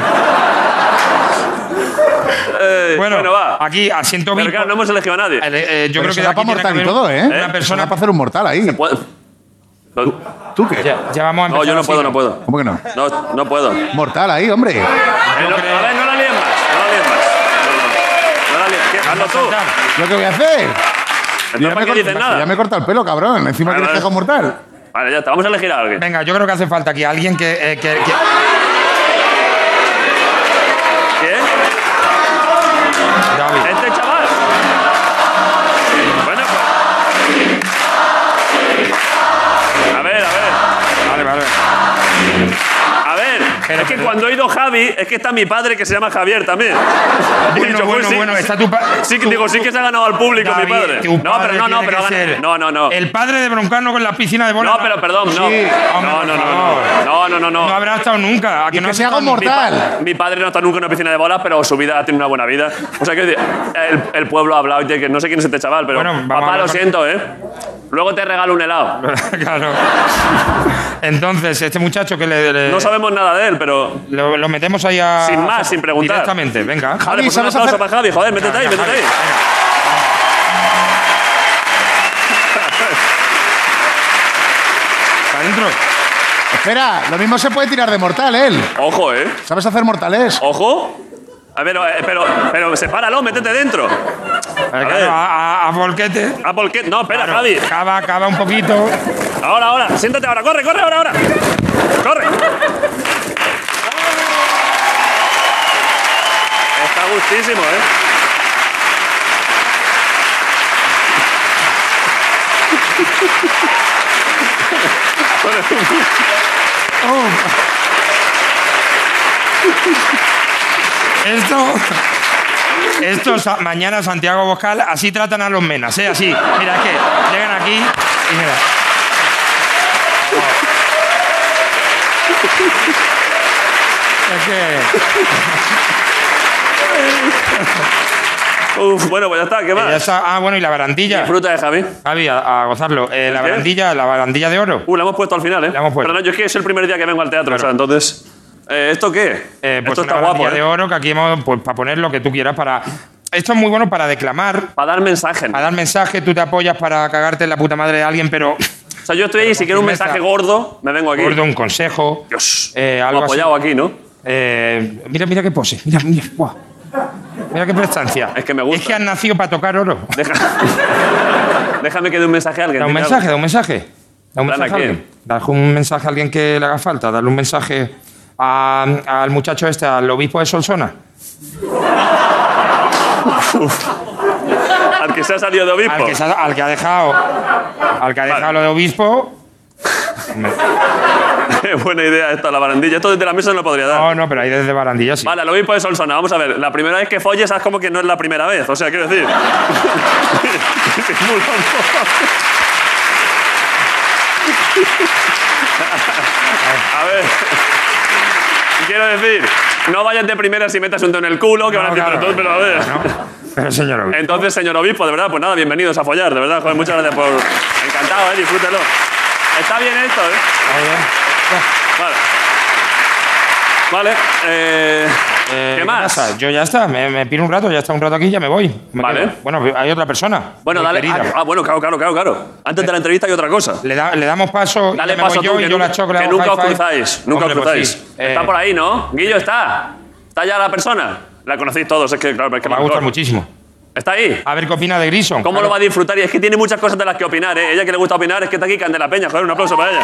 B: Eh,
A: Bueno,
B: va.
A: aquí asiento
B: Pero
A: VIP.
B: claro, no hemos elegido a nadie.
A: El- eh, yo
D: Pero
A: creo que
D: se da
A: aquí
D: para
A: tiene
D: mortal
A: que
D: y
A: haber
D: todo, ¿eh?
B: ¿Eh?
A: Una persona.
D: para hacer un mortal ahí.
B: Puedo- Lo-
D: ¿Tú qué?
A: Ya, ya vamos a
B: No,
A: empezar.
B: yo no
A: así,
B: puedo, no puedo.
D: ¿Cómo que no?
B: No, no puedo. Eh,
D: Mortal ahí, hombre.
B: no- a ver, no la líes más. No la líes más. No, no, no la líes. ¿Qué? Hazlo tú.
A: Saltar.
D: ¿Yo qué voy a hacer?
B: Entonces, ¿para qué
D: corto-
B: dices
D: ya
B: nada?
D: me he cortado el pelo, cabrón. Encima
B: Vale, vale.
D: quieres que haga un mortal.
B: Vale, ya está. Vamos a elegir a alguien.
A: Venga, yo creo que hace falta aquí alguien que. eh, que- que-
B: ¿Quién?
A: David.
B: Este chaval. Bueno, pues- A ver, a ver.
A: Vale, vale.
B: A ver.
A: Pero-
B: es que cuando he ido Javi, es que está mi padre que se llama Javier también. Y he
A: Bueno,
B: dicho, pues
A: bueno,
B: sí,
A: bueno.
B: sí,
A: Está tu padre.
B: Sí, que digo, sí que se ha ganado al público mi padre.
A: tu
B: No, pero
A: padre
B: no, no,
A: tiene
B: pero
A: que
B: ha ganado-
A: ser
B: No, no, no.
A: El padre de Broncano con la piscina de bola.
B: No, pero perdón, no.
D: Sí.
A: Hombre,
B: No, no,
A: por
B: no,
A: favor.
B: no. No, no,
A: No
B: no.
A: habrá estado nunca. ¿A que no
D: Que
A: has
D: se haga un
A: estado nunca?
D: mortal.
B: Mi padre no está nunca en una piscina de bolas, pero su vida tiene una buena vida. O sea que el, el pueblo ha hablado y que no sé quién es este chaval, pero
A: Bueno, vamos a
B: papá,
A: hablar
B: lo
A: con-
B: siento, ¿eh? Luego te regalo un helado.
A: claro. Entonces, este muchacho que le. le-
B: No sabemos nada de él, pero.
A: lo, lo metemos ahí a.
B: Sin más, sin preguntar.
A: Directamente, venga.
B: Vale, pues un
D: ¿sabes
B: aplauso
D: hacer-
B: para Javi, joder, métete ahí,
A: Venga,
B: métete ahí.
A: Javi, venga. Para adentro.
D: Espera, lo mismo se puede tirar de mortal, él.
B: Ojo, ¿eh?
D: ¿Sabes hacer mortales?
B: Ojo. A ver, eh, pero, pero sepáralo, métete dentro.
A: A,
B: ver.
A: a, a volquete.
B: Ah, ¿por qué? No, espera,
A: Claro,
B: Javi.
A: Cava, cava un poquito.
B: Ahora, ahora. Siéntate ahora. Corre, corre, ahora, ahora. Corre. Está gustísimo, ¿eh?
A: Esto. Esto sa- mañana Santiago Boscal, así tratan a los menas, ¿eh? Así. Mira, es que llegan aquí y mira. Es que
B: Uf, bueno, pues ya está, ¿qué
A: ya
B: más?
A: está- Ah, bueno, y la barandilla.
B: Fruta de Javi.
A: Javi, a, a gozarlo. Eh, la
B: ¿Qué?
A: barandilla, la barandilla de oro.
B: Uh, la hemos puesto al final, ¿eh?
A: La hemos puesto.
B: Perdón, yo es que es el primer día que vengo al teatro, o sea, entonces. eh, ¿Esto qué?
A: Eh, pues
B: Esto
A: una
B: está guapo,
A: barandilla
B: ¿eh?
A: de oro que aquí hemos, pues, para poner lo que tú quieras, para... Esto es muy bueno para declamar,
B: Para dar mensaje.
A: para dar mensaje, tú te apoyas para cagarte en la puta madre de alguien, pero...
B: O sea, yo estoy ahí y si quiero un
A: firmeza.
B: mensaje gordo, me vengo aquí.
A: Gordo, un consejo.
B: Dios.
A: Eh,
B: Como
A: algo así.
B: apoyado aquí, ¿no?
A: Eh, mira, mira qué pose. Mira, mira. guau. Mira qué prestancia.
B: Es que me gusta.
A: Es que han nacido para tocar oro.
B: Deja- Déjame que dé un mensaje a alguien.
A: Da un
B: dime
A: mensaje,
B: algo.
A: da un mensaje. Da un
B: ¿Plan a
A: mensaje a
B: quién?
A: alguien. Dale un mensaje a alguien que le haga falta. Dale un mensaje a- al muchacho este, al obispo de Solsona.
B: Al que se ha salido de obispo.
A: Al que, se ha, al que ha dejado. Al que ha dejado lo de obispo.
B: Qué Buena idea esto, la barandilla. Esto desde la mesa no lo podría dar.
A: No, no, pero ahí desde barandilla sí.
B: Vale, al obispo de Solsona. Vamos a ver. La primera vez que folles, haz como que no es la primera vez. O sea, quiero decir. a ver. Quiero decir, no vayas de primera si metas un dedo en el culo, que van a
A: No,
B: decir,
A: claro.
B: pero, tú, pero a ver.
A: No, pero señor obispo.
B: Entonces, señor obispo, de verdad, pues nada, bienvenidos a follar, de verdad, joder, muchas gracias por. Encantado, eh, disfrútelo. Está bien esto, eh.
A: Está bien.
B: Vale. Vale, eh.
A: Eh,
B: ¿Qué más?
A: pasa? Yo ya está, me, me piro un rato, ya está un rato aquí, ya me voy. Me
B: Vale.
A: quedo. Bueno, hay otra persona.
B: Bueno,
A: muy
B: dale.
A: querida. Eh.
B: Ah, ah, bueno, claro, claro, claro, claro. Antes de la entrevista hay otra cosa.
A: Le, da- le damos paso, y
B: Dale
A: ya me
B: paso
A: voy yo
B: tú,
A: y
B: que
A: yo
B: nunca,
A: la chocla.
B: que
A: un
B: nunca os
A: high five.
B: cruzáis. Nunca
A: Hombre,
B: os
A: pues
B: cruzáis.
A: sí. Eh,
B: Está por ahí, ¿no? Guillo está. Está ya la persona. La conocéis todos, es que claro, es que
A: Me va a
B: mejor.
A: gustar muchísimo.
B: Está ahí.
A: A ver qué opina de Grison.
B: ¿Cómo lo va a disfrutar? Y es que tiene muchas cosas de las que opinar, ¿eh? Ella que le gusta opinar es que está aquí Candela Peña. Joder, un aplauso para ella.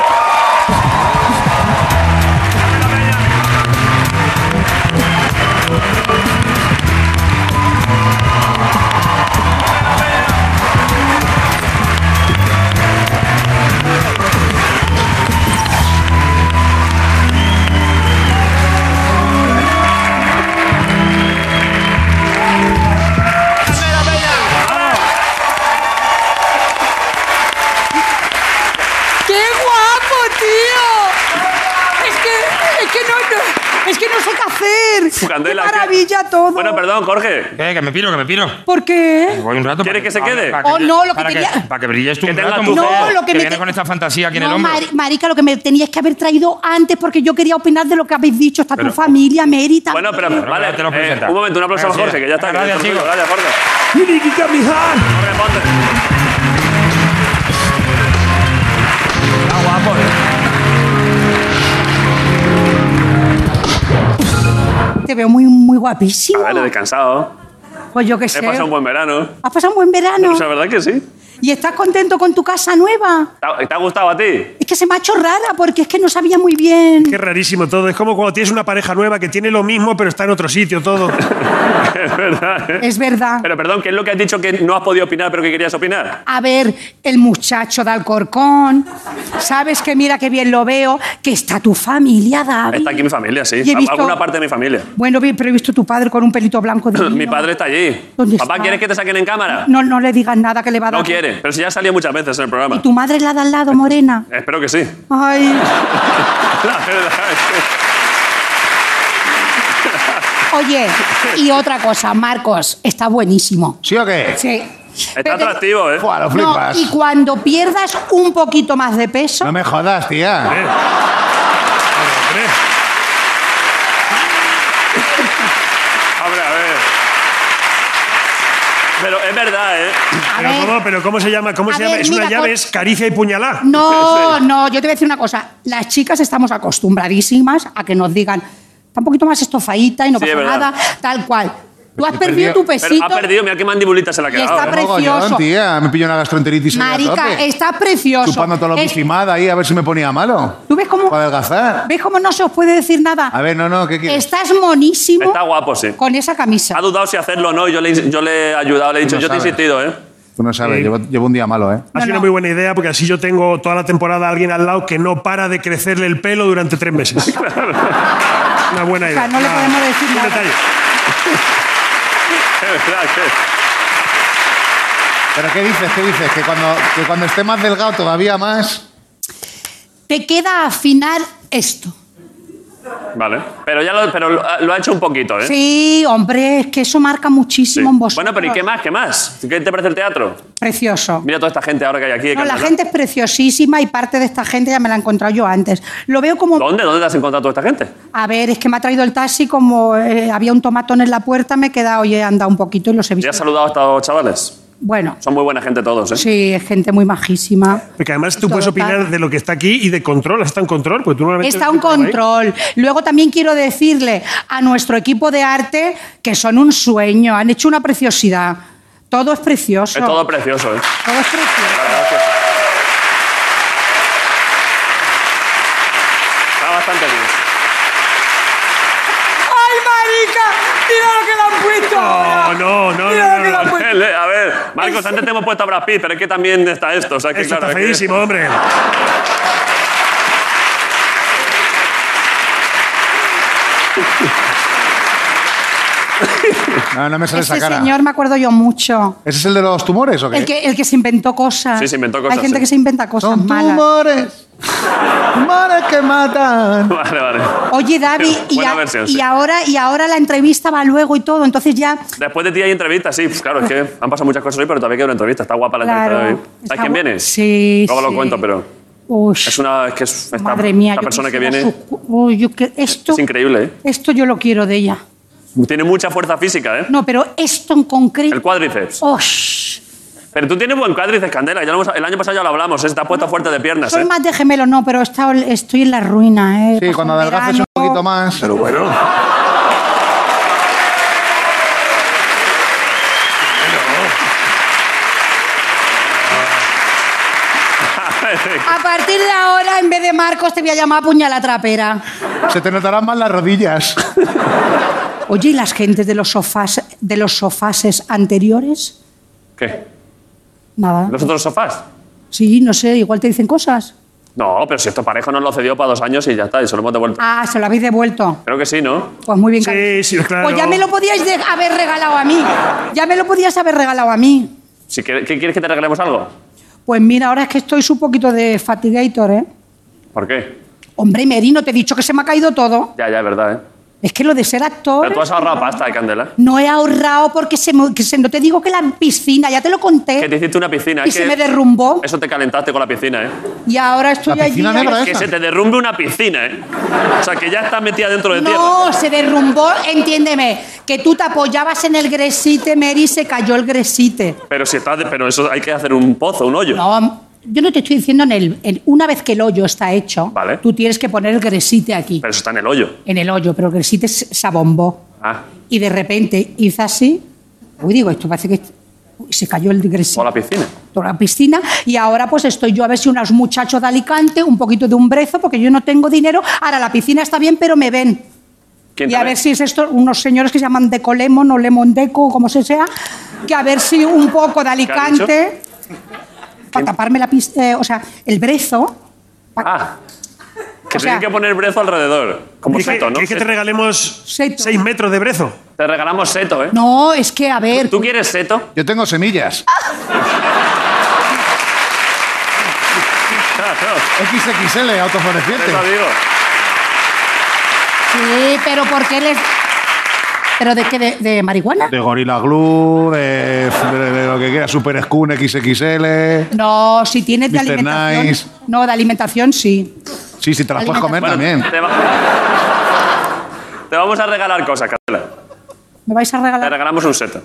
F: ¡Qué guapo, tío! Es que, es que no, no- es que no sé qué hacer.
B: Uf, Candela,
F: ¡Qué
B: que-
F: maravilla todo!
B: Bueno, perdón, Jorge.
A: Eh, que me piro, que me piro.
F: ¿Por qué?
A: Me voy un rato.
B: ¿Quieres
A: para
B: que se
A: para-
B: quede?
A: para
F: Oh, no, lo que
A: para
F: quería-
A: para que brilles tú
B: Que
A: un
B: tenga
A: rato,
B: tu
A: mujer,
F: No, lo que me
A: viene
F: te-
A: con esta fantasía aquí en el
F: No,
A: hombro.
F: mari- marica, lo que me teníais que haber traído antes, porque yo quería opinar de lo que habéis dicho. Está
A: Pero-
F: tu familia, Mérita.
B: Bueno, pero
A: Pero
B: vale.
A: ahora te lo
B: eh,
A: presenta.
B: un momento, un aplauso
A: Gracias.
B: a Jorge, que ya está. que
A: Gracias,
B: está
A: chicos.
B: conmigo. Gracias, Jorge. Jorge Ponte.
F: Te veo muy, muy guapísimo.
B: Vale, descansado.
F: Pues yo qué sé.
B: He pasado un buen verano.
F: Has pasado un buen verano.
B: O sea, ¿verdad que sí?
F: ¿Y estás contento con tu casa nueva?
B: ¿Te ha- te ha gustado a ti?
F: Es que se me ha hecho rara, porque es que no sabía muy bien.
C: Qué rarísimo todo. Es como cuando tienes una pareja nueva que tiene lo mismo, pero está en otro sitio todo.
B: Es verdad, ¿eh?
F: Es verdad.
B: Pero perdón, ¿qué es lo que has dicho que no has podido opinar, pero que querías opinar?
F: A ver, el muchacho de Alcorcón. Sabes que mira qué bien lo veo, que está tu familia, David.
B: Está aquí mi familia, sí.
F: Y he
B: Al-
F: visto-
B: Alguna parte de mi familia.
F: Bueno, bien, pero he visto tu padre con un pelito blanco de
B: Mi padre está allí.
F: ¿Dónde
B: Papá,
F: está?
B: ¿quieres que te saquen en cámara?
F: No, no le digas nada que le va a dar.
B: No quiere, pero si ya salió muchas veces en el
F: ¿Y
B: programa.
F: tu madre la da al lado, Morena?
B: Espero que sí.
F: Ay,
B: La verdad es que-
F: oye, y otra cosa, Marcos, está buenísimo.
D: ¿Sí o qué?
F: Sí.
B: Está atractivo, ¿eh?
D: Fua, lo
F: No,
D: flipas.
F: y cuando pierdas un poquito más de peso,
D: No me jodas, tía.
C: Hombre,
B: Hombre, a ver. Pero es verdad, ¿eh?
F: a
C: pero,
F: ver,
C: ¿cómo, pero ¿cómo se llama? ¿Cómo
F: A
C: se llama?
F: ver,
C: es una
F: mira,
C: llave,
F: con-
C: es caricia y puñalá.
F: No, no, yo te voy a decir una cosa. Las chicas estamos acostumbradísimas a que nos digan, está un poquito más estofadita y no
B: Sí, es
F: pasa
B: verdad.
F: nada, tal cual. Tú has
D: he
F: perdido
D: perdido-
F: tu
B: Pero
F: pesito.
B: ha perdido, mira qué mandibulita se la ha
F: Y está
B: quedado. ¿eh?
F: pre-
D: Mogollón,
F: precioso.
D: tía. Me pillo una gastroenteritis. ahí a
F: Marica,
D: tope.
F: está precioso.
D: Chupando todo lo
F: Es-
D: bifimada ahí a ver si me ponía malo.
F: ¿Tú ves cómo,
D: Para adelgazar.
F: ves cómo no se os puede decir nada?
D: A ver, no, no, ¿qué quieres?
F: Estás monísimo
B: Está guapo, sí.
F: con esa camisa.
B: Ha dudado si hacerlo o no. Yo le, yo le he ayudado, le he dicho,
D: No
B: yo te he
D: sabes.
B: insistido, ¿eh?
D: Tú no sabes, llevo, llevo un día malo, ¿eh?
C: Ha
F: No,
C: sido
F: no.
C: una muy buena idea porque así yo tengo toda la temporada a alguien al lado que no para de crecerle el pelo durante tres meses. una buena
F: O
C: idea.
F: sea, no le
C: Una-
F: podemos decir
C: un
F: nada.
C: detalle.
B: verdad que-
D: ¿Pero qué dices? ¿Qué dices? Que cuando, que cuando esté más delgado todavía más...
F: Te queda afinar esto.
B: Vale. Pero ya lo, pero lo, lo ha hecho un poquito, ¿eh?
F: Sí, hombre, es que eso marca
B: Sí.
F: muchísimo en vosotros.
B: Bueno, pero ¿y qué más? ¿Qué más? ¿Qué te parece el teatro?
F: Precioso.
B: Mira toda esta gente ahora que hay aquí.
F: No, la
B: cantando.
F: gente es preciosísima y parte de esta gente ya me la he encontrado yo antes. Lo veo como...
B: ¿Dónde? ¿Dónde te has encontrado toda esta gente?
F: A ver, es que me ha traído el taxi, como eh, había un tomatón en la puerta, me he quedado y he andado un poquito y los he
B: Ya
F: visto.
B: has saludado a estos chavales.
F: Bueno,
B: Son muy buena gente todos, ¿eh?
F: sí, es gente muy majísima.
C: Porque además tú
F: Todo
C: puedes
F: tal.
C: opinar de lo que está aquí y de control. Está en control, pues tú normalmente.
B: este
F: Está un control. Luego también quiero decirle a nuestro equipo de arte que son un sueño, han hecho una preciosidad. Todo es precioso.
B: Es todo precioso, ¿eh?
F: Todo es precioso.
B: Está bastante bien.
F: ¡Ay, marica! ¡Mira lo que le han puesto!
C: No, Oh, no, no,
F: Mira
C: no,
F: lo que le
C: no,
F: han
C: no.
F: puesto.
B: Ele, A ver, Marcos, antes te hemos puesto a Brad Pitt, pero es que también está esto. O sea, que
C: Esto
B: claro,
C: está
B: es que-
C: feísimo, hombre.
D: No, no me sale
F: Este
D: esa cara.
F: señor me acuerdo yo mucho.
D: ¿Ese es el de los tumores o qué?
F: El que, el que se inventó cosas.
B: Sí, se inventó cosas,
F: Hay gente
B: sí.
F: que se inventa cosas
D: Son
F: malas.
D: tumores. Tumores que matan.
B: Vale, vale.
F: Oye, David, y,
B: Buena
F: a-
B: versión,
F: y
B: sí.
F: ahora, y ahora la entrevista va luego y todo, entonces ya...
B: Después de ti hay entrevistas, sí. pues Claro, es que han pasado muchas cosas hoy, pero todavía queda una entrevista. Está guapa la
F: Claro.
B: entrevista de hoy.
F: Está
B: ¿Sabes quién
F: gu-
B: viene?
F: Sí,
B: Luego
F: sí.
B: lo cuento, pero
F: Uy,
B: es una... Es que es esta,
F: madre mía,
B: esta
F: yo
B: persona que
F: quisiera
B: viene
F: su- uy, yo que- esto,
B: es increíble, ¿eh?
F: esto yo lo quiero de ella.
B: Tiene mucha fuerza física, ¿eh?
F: No, pero esto en concreto...
B: El cuádriceps.
F: Osh,
B: Pero tú tienes buen cuádriceps, Candela. Ya lo hemos- el año pasado ya lo hablamos, ¿eh? Está puesta fuerte de piernas,
F: soy
B: ¿eh?
F: más de gemelo, no, pero he estado- estoy en la ruina. ¿eh?
D: Sí,
F: Pasó
D: cuando
F: un
D: adelgaces un
F: verano.
D: poquito más. Pero bueno.
F: A partir de ahora, en vez de Marcos, te voy a llamar puñala trapera.
D: Se te notarán más las rodillas.
F: Oye, ¿y las gentes de los sofás, de los sofases anteriores?
B: ¿Qué?
F: Nada.
B: ¿Los otros sofás?
F: Sí, no sé, igual te dicen cosas.
B: No, pero si esto parejo nos lo cedió para dos años y ya está, y se lo hemos devuelto.
F: Ah, se lo habéis devuelto.
B: Creo que sí, ¿no?
F: Pues muy bien. cariño.
C: Sí, sí, claro.
F: Pues ya me lo podíais de- haber regalado a mí. Ya me lo podías haber regalado a mí.
B: Si quieres, ¿qué quieres que te regalemos algo?
F: Pues mira, ahora es que estoy un poquito de fatigator, ¿eh?
B: ¿Por qué?
F: Hombre, Merino, te he dicho que se me ha caído todo.
B: Ya, ya, es verdad, ¿eh?
F: Es que lo de ser actor...
B: Pero tú has ahorrado pasta, ¿eh, Candela.
F: No he ahorrado porque se, me- que se- no te digo que la piscina, ya te lo conté.
B: Que te hiciste una piscina.
F: y
B: es
F: se
B: que
F: me derrumbó.
B: Eso te calentaste con la piscina, ¿eh?
F: Y ahora estoy
D: La
F: allí.
D: piscina negra
B: Que
D: esa.
B: se te derrumbe una piscina, ¿eh? O sea, que ya estás metida dentro de tierra.
F: No, se derrumbó, entiéndeme, que tú te apoyabas en el gresite, Mary, y se cayó el gresite.
B: Pero si estás... de- Pero eso hay que hacer un pozo, un hoyo.
F: No, yo no te estoy diciendo en el, en- una vez que el hoyo está hecho,
B: Vale.
F: tú tienes que poner el gresite aquí,
B: Pero eso está en el hoyo.
F: en el hoyo, pero el gresite se se abombó.
B: Ah,
F: Y de repente hizo así, uy, digo, esto parece que uy, se cayó el gresite.
B: toda la piscina.
F: toda la piscina y ahora pues estoy yo a ver si unos muchachos de Alicante, un poquito de un brezo, porque yo no tengo dinero. Ahora la piscina está bien, pero me ven.
B: ¿Quién
F: Y
B: te
F: a
B: ve?
F: ver si es esto, unos señores que se llaman Decolemon o Lemon Deco, o como se sea, que a ver si un poco de Alicante, para taparme la pis- eh, o sea, el brezo.
B: Ah. Que
F: O sea-
B: tienen que poner brezo alrededor. Como
C: ¿Quieres que-
B: seto, ¿no?
C: quieres que te regalemos
F: Seto.
C: seis metros de brezo?
B: Te regalamos seto, ¿eh?
F: No, es que a ver,
B: ¿Tú quieres seto?
D: Yo tengo semillas.
B: Claro,
D: XXL, autofloreciente.
B: eso digo.
F: sí, pero ¿por qué les...? ¿Pero de qué? ¿De, de marihuana?
D: De Gorilla Glue, de, de- de lo que quiera, Super Skun XXL.
F: No, si tienes de
D: Mr.
F: alimentación.
D: Nice.
F: No, de alimentación sí.
D: Sí, sí, te las puedes comer
B: Bueno,
D: también.
B: Te, va- te vamos a regalar cosas, Candela.
F: ¿Me vais a
B: Te
F: regalar?
B: regalamos un seto.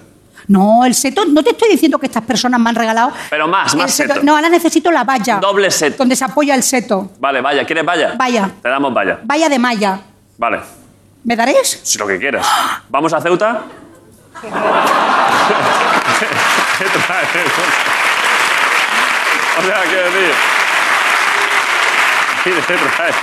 F: No, el seto, no te estoy diciendo que estas personas me han regalado.
B: Pero más,
F: el
B: más seto.
F: No, ahora necesito la valla.
B: Doble seto.
F: Donde se apoya el seto.
B: Vale, vaya. ¿Quieres vaya?
F: Vaya.
B: Te damos vaya.
F: Valla de malla.
B: Vale.
F: ¿Me daréis?
B: Si lo que quieras. ¿Vamos a Ceuta? ¿Qué traes? o sea, quiero decir... ¿Qué traes?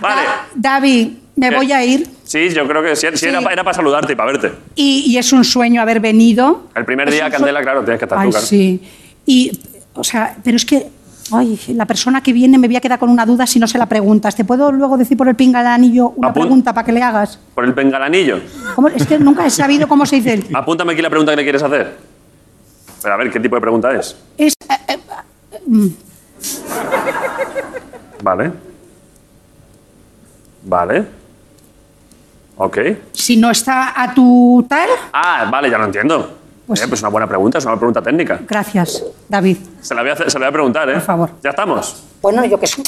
B: Vale. Eh.
F: Da- David, me
B: ¿Qué?
F: voy a ir
B: Sí, yo creo que sí, sí,
F: Sí.
B: Era, pa- era para saludarte y para verte.
F: y, y es un sueño haber venido.
B: El primer
F: Es
B: día,
F: un sue-
B: Candela, claro, tienes que estar
F: Ay,
B: tú, claro.
F: sí. Y, o sea, pero es que ay, la persona que viene me voy a quedar con una duda si no se la preguntas. ¿Te puedo luego decir por el pingalanillo una
B: Apun-
F: pregunta para que le hagas?
B: Por el bengalanillo.
F: ¿Cómo? Es que nunca he sabido cómo se dice. el-
B: Apúntame aquí la pregunta que le quieres hacer. Pero a ver, ¿qué tipo de pregunta es?
F: Es, eh, eh,
B: Vale. Vale. Ok.
F: si no está a tu tal.
B: Ah, vale, ya lo entiendo.
F: Pues-
B: Eh, pues una buena pregunta, es una pregunta técnica.
F: Gracias, David.
B: Se la voy a, hacer- se la voy a preguntar, ¿eh?
F: Por favor.
B: Ya estamos.
F: Bueno, yo qué sé.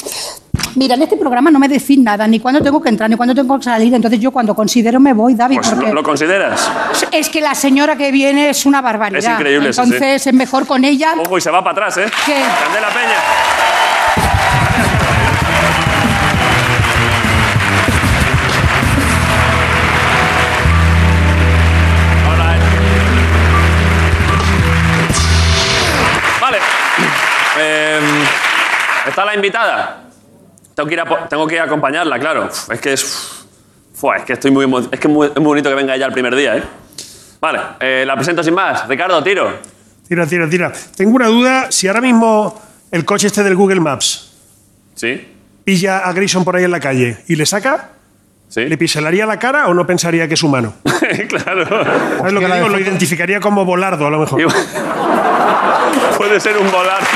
F: Mira, en este programa no me decís nada, ni cuándo tengo que entrar, ni cuándo tengo que salir. Entonces yo cuando considero me voy, David,
B: Pues
F: porque
B: lo, lo consideras.
F: es que la señora que viene es una
B: Es
F: barbaridad.
B: increíble, sí, sí.
F: Entonces es mejor con ella.
B: Ojo, y se va para atrás, ¿eh?
F: ¿Qué?
B: Candela Peña. Hola, eh. Vale. Em, ¿Está la invitada? Tengo que ir a, po- tengo que ir a acompañarla, claro. Uf, Es que es... uf, fua, es que estoy muy... emo- Es que es muy, es muy bonito que venga ella el primer día, ¿eh? Vale, eh, la presento sin más. Ricardo, tiro.
C: Tira, tira, tira. Tengo una duda. Si ahora mismo el coche este del Google Maps
B: Sí,
C: pilla a Grayson por ahí en la calle y le saca,
B: sí.
C: ¿le piselaría la cara o no pensaría que es humano?
B: claro.
C: ¿Sabes lo que
D: Hostia,
C: digo?
D: la de
C: Lo
D: foto.
C: identificaría como Bolardo, a lo mejor.
B: Puede ser un volardo.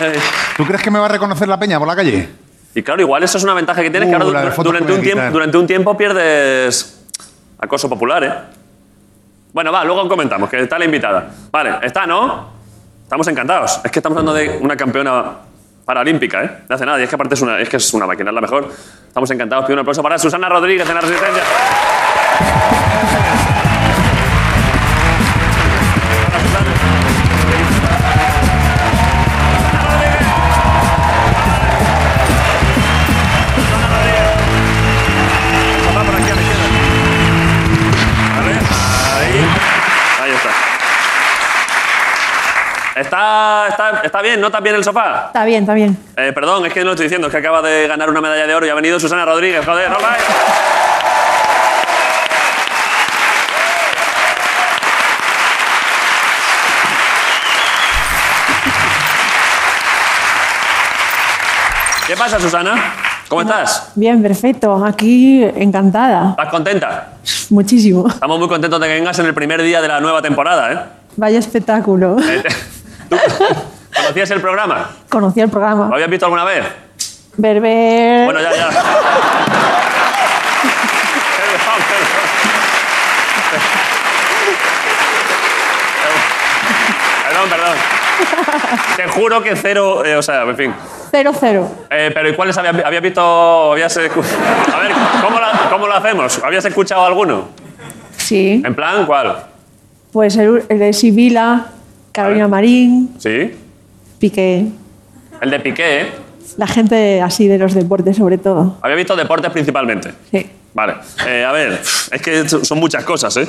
B: Ay.
D: ¿Tú crees que me va a reconocer la peña por la calle?
B: Y claro, igual eso es una ventaja que tienes, que
D: Uh,
B: ahora
D: la de
B: du-
D: fotos
B: durante
D: que
B: un,
D: voy a
B: tiempo,
D: quitar.
B: durante un tiempo pierdes acoso popular, ¿eh? Bueno, va, luego comentamos, que está la invitada. Vale, está, ¿no? Estamos encantados. Es que estamos hablando de una campeona paralímpica, ¿eh? No hace nada, y es que aparte es una, es que es una máquina, es la mejor. Estamos encantados. Pido un aplauso para Susana Rodríguez en la Resistencia. Hola, Susana. Va por aquí a la izquierda. Vale, ahí. Ahí está. Está, está, está bien, ¿no? ¿Está bien el sofá?
G: Está bien, está bien.
B: Eh, perdón, es que no lo estoy diciendo, es que acaba de ganar una medalla de oro y ha venido Susana Rodríguez, joder, no vais. ¿Qué pasa, Susana? ¿Cómo estás?
G: Bien, perfecto. Aquí encantada.
B: ¿Estás contenta?
G: Muchísimo.
B: Estamos muy contentos de que vengas en el primer día de la nueva temporada, ¿eh?
G: Vaya espectáculo.
B: Eh, ¿Tú conocías el programa?
G: Conocí el
B: ¿Lo
G: programa.
B: habías visto alguna vez?
G: Berber.
B: Bueno, ya, ya. Perdón, perdón. Perdón, perdón. Te juro que cero, eh, o sea, en fin.
G: Cero, cero.
B: Eh, pero ¿y cuáles habías, vi- habías visto? Habías escu- A ver, ¿cómo, la- ¿cómo lo hacemos? ¿Habías escuchado alguno?
G: Sí.
B: ¿En plan cuál?
G: Pues el, el de Sibila, Carolina
B: Vale.
G: Marín,
B: ¿Sí?
G: Piqué.
B: El de Piqué, ¿eh?
G: La gente así de los deportes, sobre todo.
B: Había visto deportes principalmente.
G: Sí.
B: Vale. Eh, a ver, es que son muchas cosas, ¿eh?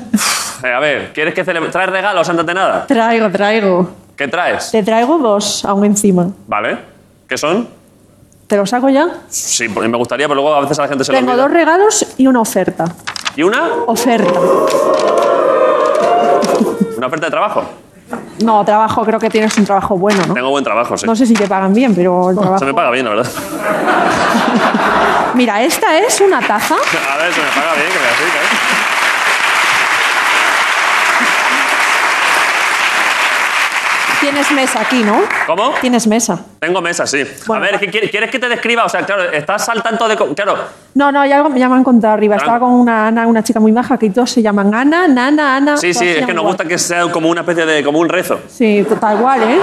B: Eh, a ver, ¿quieres que celebre? ¿Traes regalos antes de nada?
G: Traigo, traigo.
B: ¿Qué traes?
G: Te traigo dos aún encima.
B: Vale. ¿Qué son?
G: ¿Te los saco ya?
B: Sí, pues me gustaría, pero luego a veces a la gente se lo
G: Tengo
B: olvida.
G: dos regalos y una oferta.
B: ¿Y una?
G: Oferta.
B: Una oferta de trabajo.
G: No, trabajo, creo que tienes un trabajo bueno, ¿no?
B: Tengo buen trabajo, sí.
G: No sé si te pagan bien, pero el
B: Se
G: trabajo...
B: me paga bien, la verdad.
G: Mira, esta es una taza.
B: A ver, se me paga bien, que me así, ¿eh?
G: Tienes mesa aquí, ¿no?
B: ¿Cómo?
G: Tienes mesa.
B: Tengo mesa, sí.
G: Bueno,
B: a ver, ¿qué quieres, quieres que te describa? O sea, claro, estás al tanto de... co- Claro,
G: No, no, ya, ya me han contado arriba. Estaba con una Ana, una chica muy maja, que todos se llaman Ana, Nana, Ana.
B: sí,
G: todas
B: sí,
G: se
B: es que
G: llaman
B: nos
G: igual.
B: gusta que sea como una especie de... como un rezo.
G: Sí, total igual, ¿eh?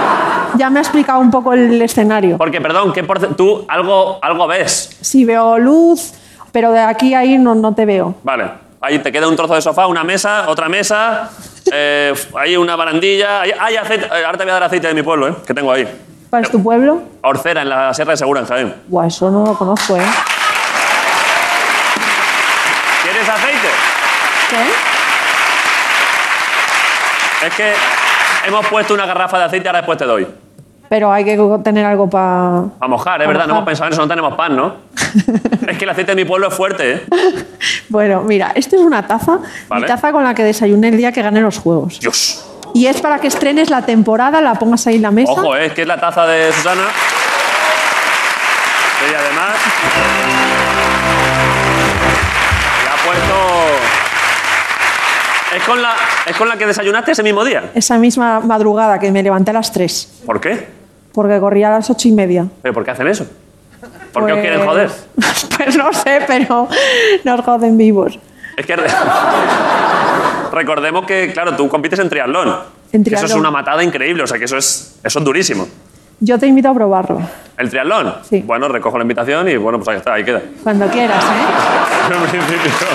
G: Ya me ha explicado un poco el escenario.
B: Porque, perdón, ¿qué porce- tú algo, algo ves?
G: Sí, veo luz, pero de aquí a ahí no, no te veo.
B: Vale. Ahí te queda un trozo de sofá, una mesa, otra mesa, eh, ahí una barandilla. Ahí, hay aceite. eh, Ahora te voy a dar aceite de mi pueblo, ¿eh? Que tengo ahí.
G: ¿Para tu pueblo?
B: Orcera, en la Sierra de Segura, en Jaén.
G: Buah, eso no lo conozco, ¿eh?
B: ¿Quieres aceite?
G: ¿Qué?
B: Es que hemos puesto una garrafa de aceite, ahora después te doy.
G: Pero hay que tener algo para...
B: A mojar, es
G: A
B: verdad, no
G: mojar.
B: hemos pensado en eso, no tenemos pan, ¿no? Es que el aceite de mi pueblo es fuerte, ¿eh?
G: Bueno, mira, esto es una taza,
B: Vale.
G: mi taza con la que desayuné el día que gané los juegos.
B: Dios.
G: Y es para que estrenes la temporada, la pongas ahí en la mesa.
B: Ojo, ¿eh? es que es la taza de Susana. Y además. Le ha puesto. ¿Es con, la, ¿Es con la que desayunaste ese mismo día?
G: Esa misma madrugada que me levanté a las 3,
B: ¿Por qué?
G: porque corría a las ocho y media.
B: ¿Pero por qué hacen eso? ¿Por qué os
G: Pues-
B: quieren joder?
G: Pues no sé, pero nos joden vivos.
B: Es que. re- Recordemos que, claro, tú compites en triatlón.
G: En
B: Que Eso es
G: triatlón.
B: una matada increíble, o sea que eso es, eso es durísimo.
G: Yo te invito a probarlo,
B: ¿El triatlón?
G: Sí.
B: Bueno, recojo la invitación y bueno, pues ahí está, ahí queda.
G: cuando quieras, ¿eh?
B: En principio.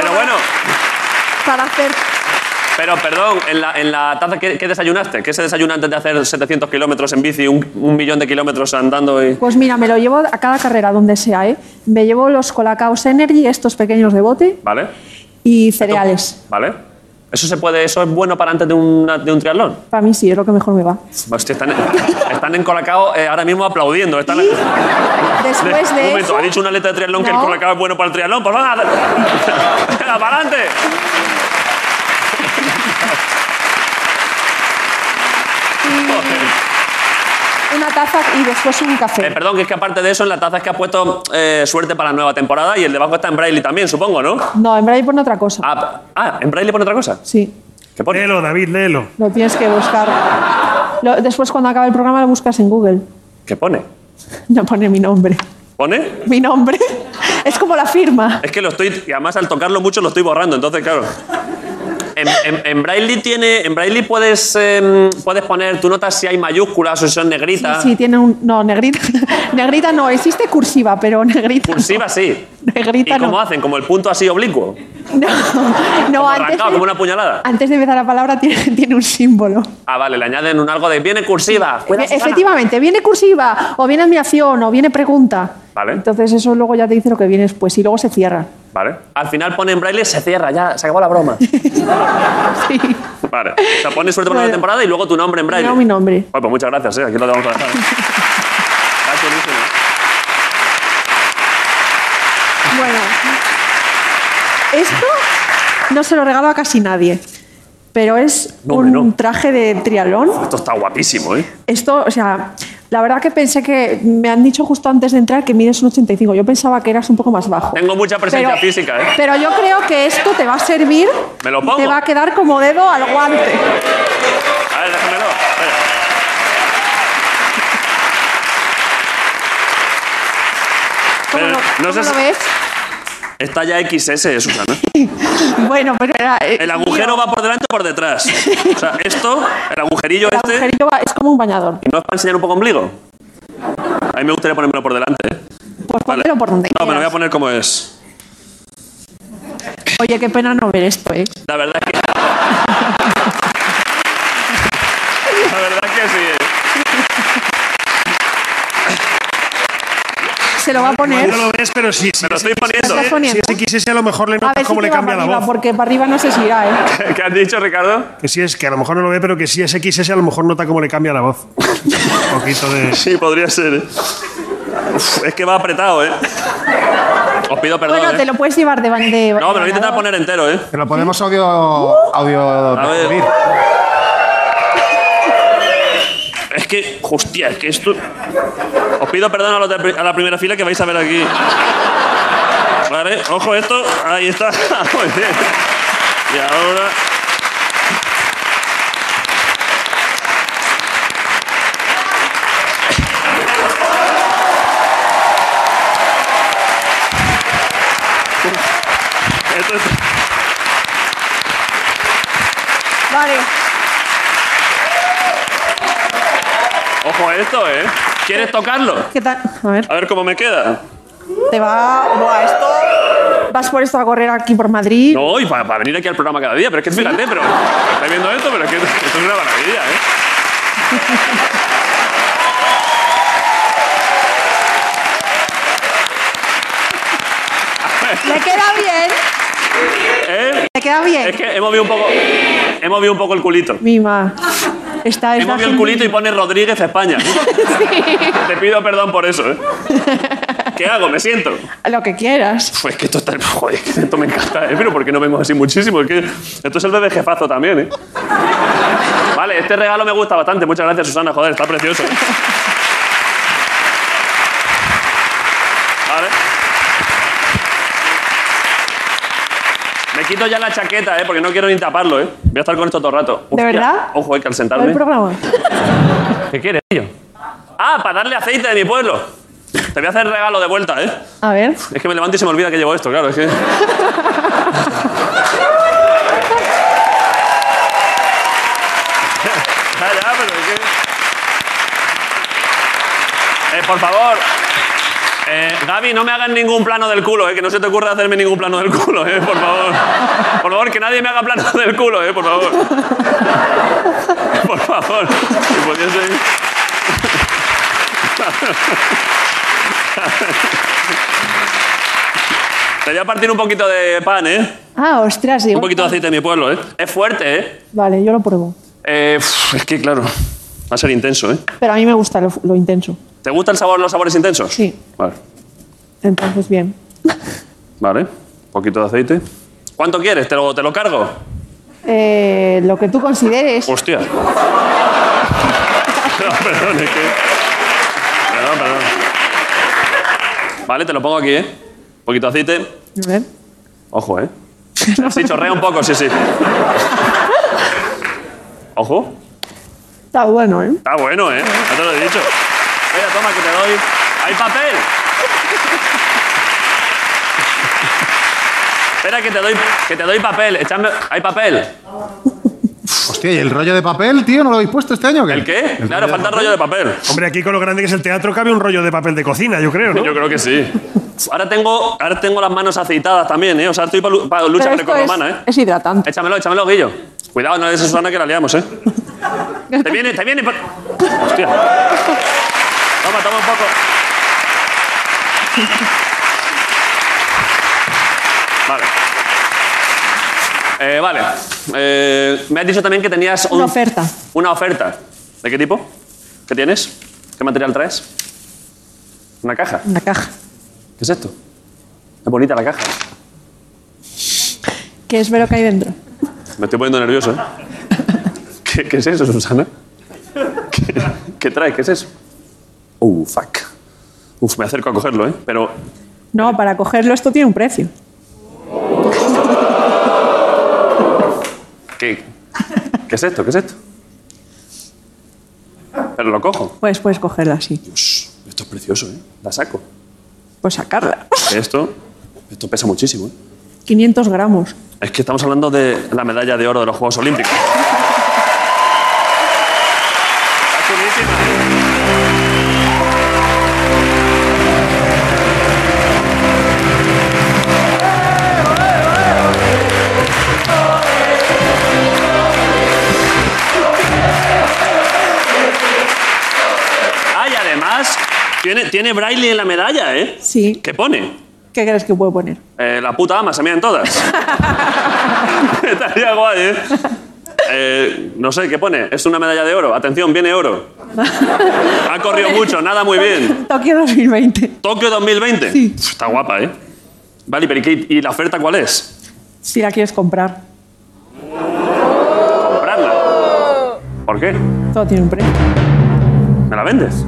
B: Pero bueno,
G: Para hacer...
B: pero perdón, en la, en la taza, ¿qué, qué desayunaste? ¿Qué se desayuna antes de hacer 700 kilómetros en bici, un, un millón de kilómetros andando y...?
G: Pues mira, me lo llevo a cada carrera, donde sea, ¿eh? Me llevo los Colacaos Energy, estos pequeños de bote,
B: ¿Vale?
G: y cereales.
B: ¿Vale? ¿Eso se puede, eso es bueno para antes de, una- de un triatlón?
G: Para mí sí, es lo que mejor me va.
B: Hostia, están, están en Colacao eh, ahora mismo aplaudiendo. Están
G: Después
B: Un
G: de
B: momento,
G: eso,
B: ha dicho una letra de triatlón que el
G: pues No.
B: Colacao es bueno para el triatlón. Pues venga, venga, para adelante.
G: una taza y después un
B: Eh,
G: café.
B: perdón, que es que aparte de eso, en la taza es que has puesto eh, suerte para la nueva temporada y el debajo está en braille también, supongo, ¿no?
G: No, en verdad pone otra cosa.
B: Ah, ah, en braille pone otra cosa.
G: Sí,
B: ¿Qué pone?
C: Léelo, David, léelo.
G: lo tienes que buscar. Lo- después, cuando acabe el programa, lo buscas en Google.
B: ¿Qué pone?
G: No pone mi nombre.
B: ¿Pone?
G: Mi nombre es como la firma.
B: Es que lo estoy. Y además al tocarlo mucho lo estoy borrando, entonces, claro. En, en- en braille tiene. En braille puedes, em, puedes poner. Tú notas si hay mayúsculas o si son
G: Sí,
B: negritas.
G: sí, tiene un. No, negrita. Negrita no, existe cursiva, pero negrita. no.
B: Cursiva sí.
G: Negrita
B: ¿Y cómo
G: no.
B: hacen? ¿Como el punto así oblicuo?
G: No, no antes.
B: Arrancado,
G: de-
B: como una puñalada.
G: Antes de empezar la palabra tiene, tiene un símbolo.
B: Ah, vale, le añaden un algo de. Viene cursiva. Cuidado, Susana.
G: Efectivamente, viene cursiva, o viene admiración, o viene pregunta.
B: Vale.
G: Entonces eso luego ya te dice lo que viene después y luego se cierra.
B: Vale. Al final pone en braille, se cierra, ya, se acabó la broma.
G: Sí.
B: Vale. O sea, pones suerte para la
G: Bueno.
B: temporada y luego tu nombre en braille.
G: No, mi nombre.
B: Ay, pues muchas gracias, ¿eh? aquí lo vamos a dejar. Está chulísimo. ¿eh?
G: Bueno, esto no se lo regalo a casi nadie, pero es
B: No,
G: un
B: hombre, no.
G: traje de trialón.
B: Esto está guapísimo, ¿eh?
G: Esto, o sea, la verdad que pensé que me han dicho justo antes de entrar que mides un 85. Yo pensaba que eras un poco más bajo.
B: Tengo mucha presencia física, ¿eh?
G: Pero yo creo que esto te va a servir.
B: Me lo
G: y
B: pongo.
G: Te va a quedar como dedo al guante.
B: A ver, déjamelo. Espera.
G: ¿Cómo,
B: Eh,
G: lo,
B: no
G: cómo
B: sé
G: lo
B: si-
G: ves?
B: Está ya XS, Susana.
G: Bueno, pero era. eh,
B: El agujero
G: mío.
B: va por delante o por detrás. O sea, esto, el agujerillo
G: El
B: este,
G: agujerillo va- es como un bañador.
B: ¿no es para enseñar un poco ombligo? A mí me gustaría ponérmelo por delante. ¿eh?
G: Pues póntelo por donde
B: No, me lo voy a
G: quieras.
B: poner como es.
G: Oye, qué pena no ver esto, ¿eh?
B: La verdad es que... La verdad es que sí. ¿eh?
G: Se lo va a poner.
C: No lo ves, pero sí. sí
B: Me lo estoy
G: ¿Lo estás
B: poniendo.
G: poniendo?
C: Si es XS, a lo mejor le
G: A
C: notas
G: ver
C: cómo
G: si
C: le
G: te va
C: cambia
G: para
C: la
G: arriba,
C: voz.
G: porque para arriba no sé si irá, ¿eh?
B: ¿Qué has dicho, Ricardo?
C: Que sí es que a lo mejor no lo ve, pero que sí es XS, a lo mejor nota cómo le cambia la voz. Un poquito de.
B: Sí, podría ser. ¿eh? Uf, es que va apretado, ¿eh? Os pido perdón.
G: Bueno,
B: ¿eh?
G: te lo puedes llevar de, ba- de
B: No, me lo voy a intentar
G: bañador.
B: poner entero, ¿eh?
D: Pero podemos audio. audio.
B: A ver.
D: descubrir.
B: Es que, hostia, es que esto. Os pido perdón a, los de pri- a la primera fila que vais a ver aquí. Vale, ojo esto. Ahí está. Muy bien. Y ahora. Esto es-
G: Vale.
B: Ojo a esto, ¿eh? ¿Quieres tocarlo?
G: ¿Qué tal? A ver.
B: A ver cómo me queda.
G: Te va. Buah, esto. Vas por esto a correr aquí por Madrid.
B: No, y para, venir aquí al programa cada día, pero es que fíjate, pero estáis viendo esto, pero es que esto es una maravilla, ¿eh?
G: Le queda bien.
B: ¿Eh?
G: Le queda bien.
B: Es que hemos visto un poco, hemos visto un poco el culito.
G: Mima. Está,
B: He
G: está
B: movido el culito y pone Rodríguez España. Te pido perdón por eso, ¿eh? ¿Qué hago? Me siento.
G: Lo que quieras.
B: Pues que esto está... Joder, que esto me encanta, ¿eh? Pero ¿por qué no vengo así muchísimo? Es que esto es el bebé jefazo también, ¿eh? Vale, este regalo me gusta bastante. Muchas gracias, Susana. Joder, está precioso. Vale. Me quito ya la chaqueta, ¿eh? Porque no quiero ni taparlo, ¿eh? Voy a estar con esto todo el rato.
G: ¿De
B: Hostia,
G: verdad?
B: Ojo, eh, que al
G: ¿Para el
B: sentarme...
G: programa?
B: ¿Qué quieres, tío? Ah, para darle aceite de mi pueblo. Te voy a hacer regalo de vuelta, ¿eh?
G: A ver.
B: Es que me levanto y se me olvida que llevo esto, claro, es que... Ya, ya, pero es que- Eh, por favor. Eh, Gaby, no me hagan ningún plano del culo, eh, que no se te ocurra hacerme ningún plano del culo, eh, por favor. Por favor, que nadie me haga plano del culo, eh, por favor. Por favor, si pudiese... Te voy a partir un poquito de pan, ¿eh?
G: Ah, ostras, digo.
B: Un poquito de aceite de mi pueblo, ¿eh? Es fuerte, ¿eh?
G: Vale, yo lo pruebo.
B: Eh, uf, es que, claro, va a ser intenso, ¿eh?
G: Pero a mí me gusta lo, lo intenso.
B: ¿Te gustan el sabor, los sabores intensos?
G: Sí.
B: Vale.
G: Entonces, bien.
B: Vale. Un poquito de aceite. ¿Cuánto quieres? ¿Te lo, te lo cargo?
G: Eh, lo que tú consideres.
B: Hostia. No, perdón, es que... Perdón, perdón. Vale, te lo pongo aquí, ¿eh? Un poquito de aceite.
G: A ver.
B: Ojo, ¿eh? Sí, chorrea un poco, sí, sí. Ojo.
G: Está bueno, ¿eh?
B: Está bueno, ¿eh? Ya te lo he dicho. Mira, toma, que te doy. ¡Hay papel! Espera, que te doy, que te doy papel. Echadme- ¿Hay papel?
D: Hostia, ¿y el rollo de papel, tío? ¿No lo habéis puesto este año o qué?
B: ¿El qué? Claro,
D: rollo
B: falta el rollo de papel.
C: Hombre, aquí con lo grande que es el teatro cabe un rollo de papel de cocina, yo creo, ¿no?
B: Yo creo que sí. Ahora tengo, ahora tengo las manos aceitadas también, ¿eh? O sea, estoy para lucha
G: Pero esto
B: grecorromana,
G: es,
B: ¿eh?
G: es hidratante.
B: Échamelo, échamelo, Guillo. Cuidado, no le des a Susana que la liamos, ¿eh? Te viene, te viene. pa- Hostia. Toma, toma un poco. Vale. Eh, vale. Eh, me has dicho también que tenías un-
G: Una oferta.
B: Una oferta. ¿De qué tipo? ¿Qué tienes? ¿Qué material traes? Una caja.
G: Una caja.
B: ¿Qué es esto? Es bonita la caja.
G: Que es ver lo que hay dentro.
B: Me estoy poniendo nervioso. ¿eh? ¿Qué, qué es eso, Susana? ¿Qué, qué trae? ¿Qué es eso? Uh, fuck. Uf, me acerco a cogerlo, ¿eh? Pero
G: No, para cogerlo esto tiene un precio.
B: ¿qué, qué es esto? ¿Qué es esto? Pero lo cojo.
G: Pues puedes cogerlo así.
B: Dios, esto es precioso, ¿eh? La saco.
G: Pues sacarla.
B: Esto, esto pesa muchísimo, ¿eh?
G: 500 gramos.
B: Es que estamos hablando de la medalla de oro de los Juegos Olímpicos. Está chulísima. Ah, y además, tiene, tiene braille en la medalla, ¿eh?
G: Sí.
B: ¿Qué pone?
G: ¿Qué crees que puedo poner?
B: Eh, la puta ama, se mean todas. Estaría guay, ¿eh? Eh, No sé, ¿qué pone? Es una medalla de oro. Atención, viene oro. Ha corrido mucho, nada muy bien.
G: Tokio 2020.
B: Tokio 2020.
G: Sí.
B: Uf, Está guapa, ¿eh? Vale, pero ¿y, qué- y la oferta cuál es?
G: Si la quieres comprar.
B: Comprarla. ¿Por qué? ¿Me
G: Todo tiene un precio.
B: la vendes?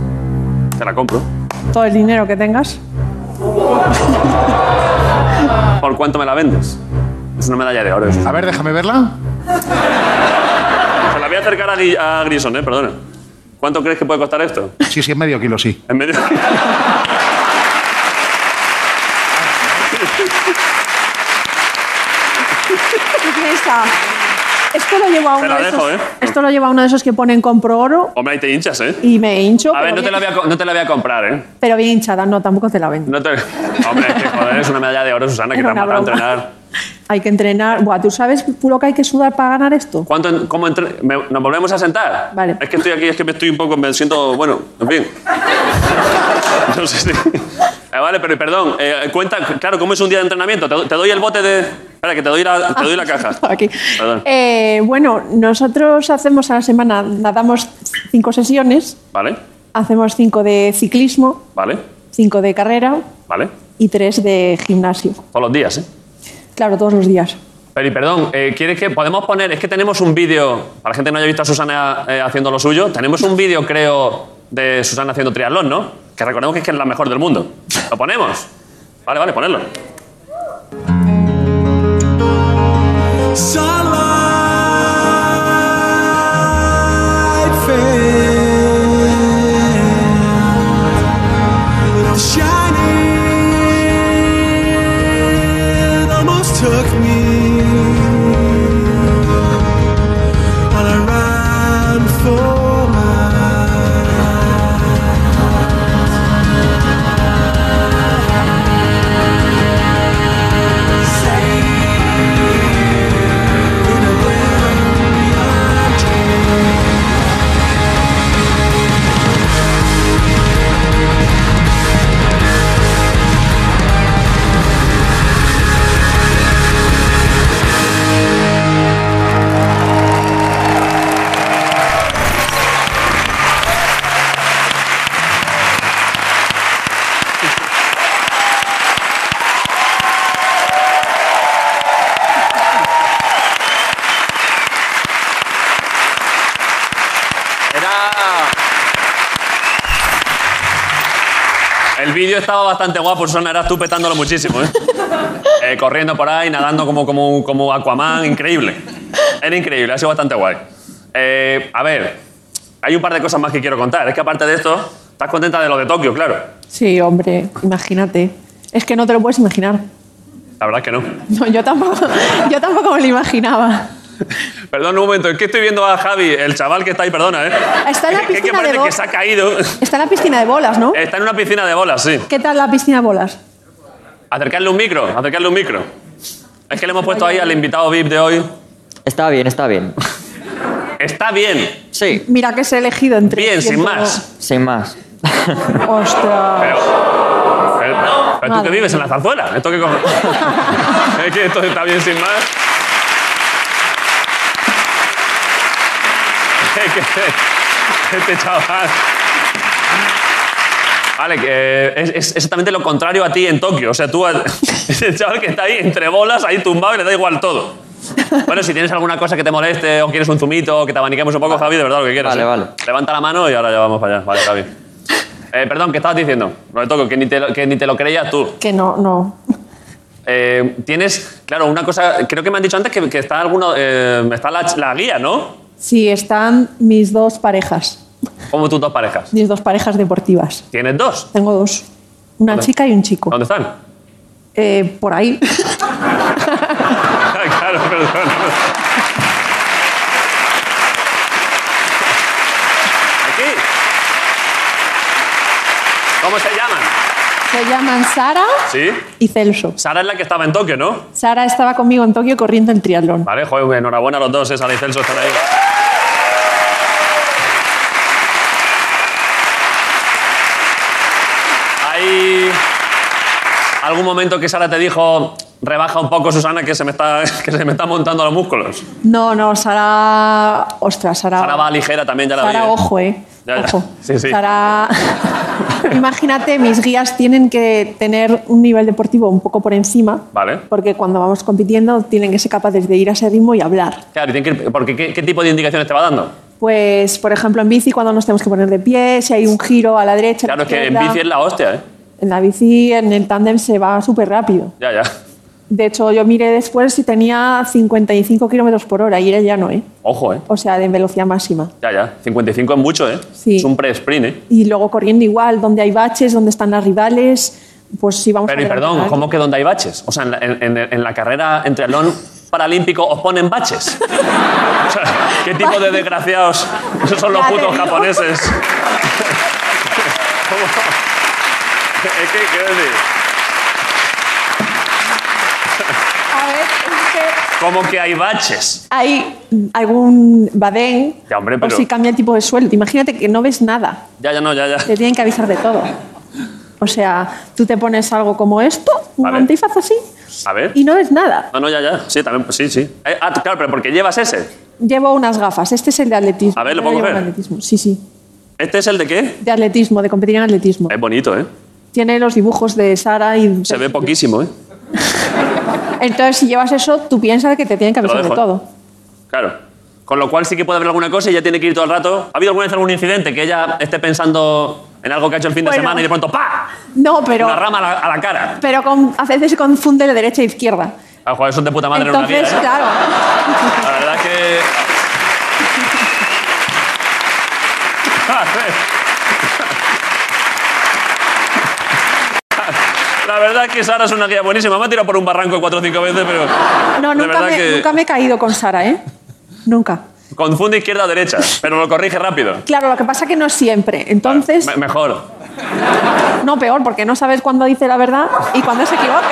B: Te la compro.
G: Todo el dinero que tengas.
B: ¿Por cuánto me la vendes? Es una medalla de oro. eso.
D: A ver, déjame verla.
B: Se la voy a acercar a, Gui- a Grison, ¿eh? Perdona. ¿Cuánto crees que puede costar esto?
D: Sí, sí, es medio kilo, sí.
B: En medio.
G: Esta. Esto lo llevo a
B: Te
G: uno
B: la
G: de
B: dejo,
G: esos.
B: ¿eh?
G: Esto lo llevo a uno de esos que ponen compro oro
B: Hombre, ahí te hinchas, ¿eh?
G: y me hincho.
B: A ver,
G: pero
B: no te, la
G: bien-
B: voy a, co- no te la voy a comprar, ¿eh?
G: Pero bien hinchada, no, tampoco te la vendo.
B: No te... Hombre, es que joder, es una medalla de oro, Susana, que te
G: Era
B: han
G: una
B: matado a
G: broma.
B: entrenar.
G: Hay que entrenar. Buah, ¿tú sabes lo que hay que sudar para ganar esto?
B: ¿Cuánto, en- cómo entre- me- ¿Nos volvemos a sentar?
G: Vale.
B: Es que estoy aquí, es que me estoy un poco, me siento, bueno, en fin. No sé si... Eh, vale, pero perdón, eh, cuenta, claro, ¿cómo es un día de entrenamiento? Te, do- te doy el bote de... Espera, que te doy la, te doy la caja.
G: Aquí.
B: Perdón.
G: Eh, bueno, nosotros hacemos a la semana, nadamos cinco sesiones,
B: Vale,
G: hacemos cinco de ciclismo,
B: vale,
G: cinco de carrera
B: vale.
G: y tres de gimnasio.
B: Todos los días, ¿eh?
G: Claro, todos los días.
B: Pero, y perdón, eh, ¿quieres que podemos poner? Es que tenemos un vídeo, para la gente que no haya visto a Susana eh, haciendo lo suyo, tenemos un vídeo, creo, de Susana haciendo triatlón, ¿no? Que recordemos que es, que es la mejor del mundo. ¿Lo ponemos? Vale, vale, ponedlo.
H: Sunlight fades, shining almost took me, and I ran for miles.
B: Era. El vídeo estaba bastante guapo, Susana, eras tú petándolo muchísimo, ¿eh? Eh, corriendo por ahí, nadando como, como, como Aquaman, increíble. Era increíble, ha sido bastante guay. Eh, a ver, hay un par de cosas más que quiero contar. Es que aparte de esto, estás contenta de lo de Tokio, claro.
G: Sí, hombre, imagínate. Es que no te lo puedes imaginar.
B: La verdad es que no.
G: No, yo tampoco, yo tampoco me lo imaginaba.
B: Perdón un momento, es que estoy viendo a Javi, el chaval que está ahí, perdona, ¿eh?
G: Está en la
B: Es que- es que
G: piscina de
B: parece
G: bo-
B: que se ha caído.
G: Está en la piscina de bolas, ¿no?
B: Está en una piscina de bolas, sí.
G: ¿Qué tal la piscina de bolas?
B: Acercarle un micro, acercarle un micro. Es que le hemos puesto ahí al invitado VIP de hoy.
I: Está bien, está bien.
B: Está bien,
I: Sí,
G: Mira que se ha elegido entre...
B: bien, sin
G: ciento-
B: más.
I: sin más.
G: Ostras.
B: Pero, pero tú
G: Madre
B: que vives en la zarzuela, esto que cojo. es que esto está bien sin más. Es que este chaval. Vale, que eh, es, es exactamente lo contrario a ti en Tokio. O sea, tú es el chaval que está ahí entre bolas, ahí tumbado y le da igual todo. Bueno, si tienes alguna cosa que te moleste o quieres un zumito, o que te abaniquemos un poco, Javi, de verdad lo que quieras.
I: Vale,
B: ¿eh?
I: vale.
B: Levanta la mano y ahora ya vamos para allá. Vale, Javi. Eh, perdón, ¿qué estabas diciendo? Lo de Tokio, que ni te lo, que ni te lo creías tú.
G: Que no, no.
B: Eh, tienes, claro, una cosa, creo que me han dicho antes que, que está alguno, eh, está la, la guía, ¿no?
G: Sí, están mis dos parejas.
B: Como tus dos parejas.
G: Mis dos parejas deportivas.
B: ¿Tienes dos?
G: Tengo dos. Una
B: Vale.
G: chica y un chico.
B: ¿Dónde están?
G: Eh, por ahí.
B: claro, perdón. Aquí. ¿Cómo se llaman?
G: Se llaman Sara
B: Sí.
G: y Celso.
B: Sara es la que estaba en Tokio, ¿no?
G: Sara estaba conmigo en Tokio corriendo el triatlón.
B: Vale, joder, enhorabuena a los dos, esa licencia Celso están ahí. ¿Hay algún momento que Sara te dijo, rebaja un poco, Susana, que se me está, que se me están montando los músculos?
G: No, no, Sara. Ostras, Sara.
B: Sara va ligera también, ya la
G: Ah. Sara,
B: vi, ¿eh?
G: ojo, eh.
B: Ya, ya.
G: Ojo.
B: Sí, sí.
G: Sara. Imagínate, mis guías tienen que tener un nivel deportivo un poco por encima.
B: Vale.
G: Porque cuando vamos compitiendo tienen que ser capaces de ir a ese ritmo y hablar.
B: Claro, y tiene que ir- porque ¿qué, qué tipo de indicaciones te va dando?
G: Pues, por ejemplo, en bici, cuando nos tenemos que poner de pie, si hay un giro a la derecha. a
B: Claro,
G: la
B: es que en
G: izquierda.
B: bici es la hostia, ¿eh?
G: En la bici, en el tándem se va súper rápido.
B: Ya, ya.
G: De hecho, yo miré después y tenía 55 kilómetros por hora y era llano, ¿eh?
B: Ojo, ¿eh?
G: O sea, de velocidad máxima.
B: Ya, ya. 55 es mucho, ¿eh?
G: Sí.
B: Es un pre-sprint, ¿eh?
G: Y luego corriendo igual, donde hay baches, donde están las rivales, pues sí vamos
B: Pero,
G: a
B: y perdón,
G: adelantar.
B: ¿cómo que dónde hay baches? O sea, en la, en- en- en la carrera en triatlón paralímpico os ponen baches. O sea, ¿Qué tipo de desgraciados Esos son los
G: Ya te
B: putos
G: digo.
B: japoneses? ¿Cómo? Es que, quiero decir,
G: A ver, es que
B: ¿cómo que hay baches?
G: hay algún badén
B: Ya, hombre,
G: o
B: pero-
G: si cambia el tipo de sueldo. Imagínate que no ves nada,
B: Ya, ya, no, ya, ya.
G: te tienen que avisar de todo. O sea, tú te pones algo como esto, un
B: A ver.
G: antifaz así,
B: A ver.
G: y no ves nada.
B: No, no, ya, ya. Sí, también, pues sí, sí. Eh, ah, claro, pero porque llevas ese.
G: Llevo unas gafas. Este es el de atletismo.
B: A ver, ¿lo
G: Yo
B: puedo
G: llevo
B: coger?
G: un atletismo. Sí, sí.
B: ¿Este es el de qué?
G: De atletismo, de competir en atletismo.
B: Es bonito, ¿eh?
G: Tiene los dibujos de Sara y...
B: Se ve poquísimo, ¿eh?
G: Entonces, si llevas eso, tú piensas que te tienen que
B: Te lo
G: avisar de
B: dejo,
G: todo.
B: Claro. Con lo cual sí que puede haber alguna cosa y ella tiene que ir todo el rato. ¿Ha habido alguna vez algún incidente que ella esté pensando en algo que ha hecho el fin de
G: Bueno.
B: semana y de pronto ¡pa!
G: No, pero...
B: ¿eh? Una rama a la, a la cara.
G: Pero con, a veces se confunde la derecha e izquierda.
B: A jugar son de puta madre en
G: Entonces,
B: una vida. ¿eh?
G: claro.
B: La verdad es que. A ver. La verdad es que Sara es una guía buenísima. Me ha tirado por un barranco cuatro o cinco veces, pero.
G: No,
B: de
G: nunca
B: verdad
G: me,
B: que
G: nunca me he caído con Sara, ¿eh? Nunca.
B: Confunde izquierda o derecha, pero lo corrige rápido.
G: Claro, lo que pasa que no siempre. Entonces,
B: Me- mejor.
G: no peor, porque no sabes cuándo dice la verdad y cuándo se equivoca.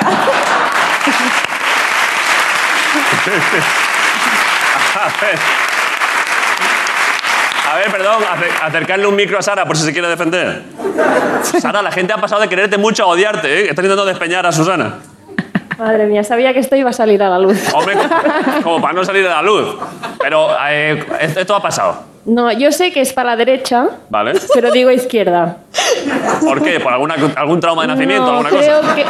B: A ver, perdón, ace- acercarle un micro a Sara por si se quiere defender. Sara, la gente ha pasado de quererte mucho a odiarte, ¿eh? Está intentando despeñar a Susana.
I: Madre mía, sabía que esto iba a salir a la luz.
B: Hombre, como para no salir a la luz. Pero eh, esto ha pasado,
I: No, yo sé que es para la derecha,
B: ¿vale?
I: pero digo izquierda.
B: ¿Por qué? ¿Por alguna, algún trauma de nacimiento?
I: No,
B: ¿Alguna
I: creo
B: cosa?
I: que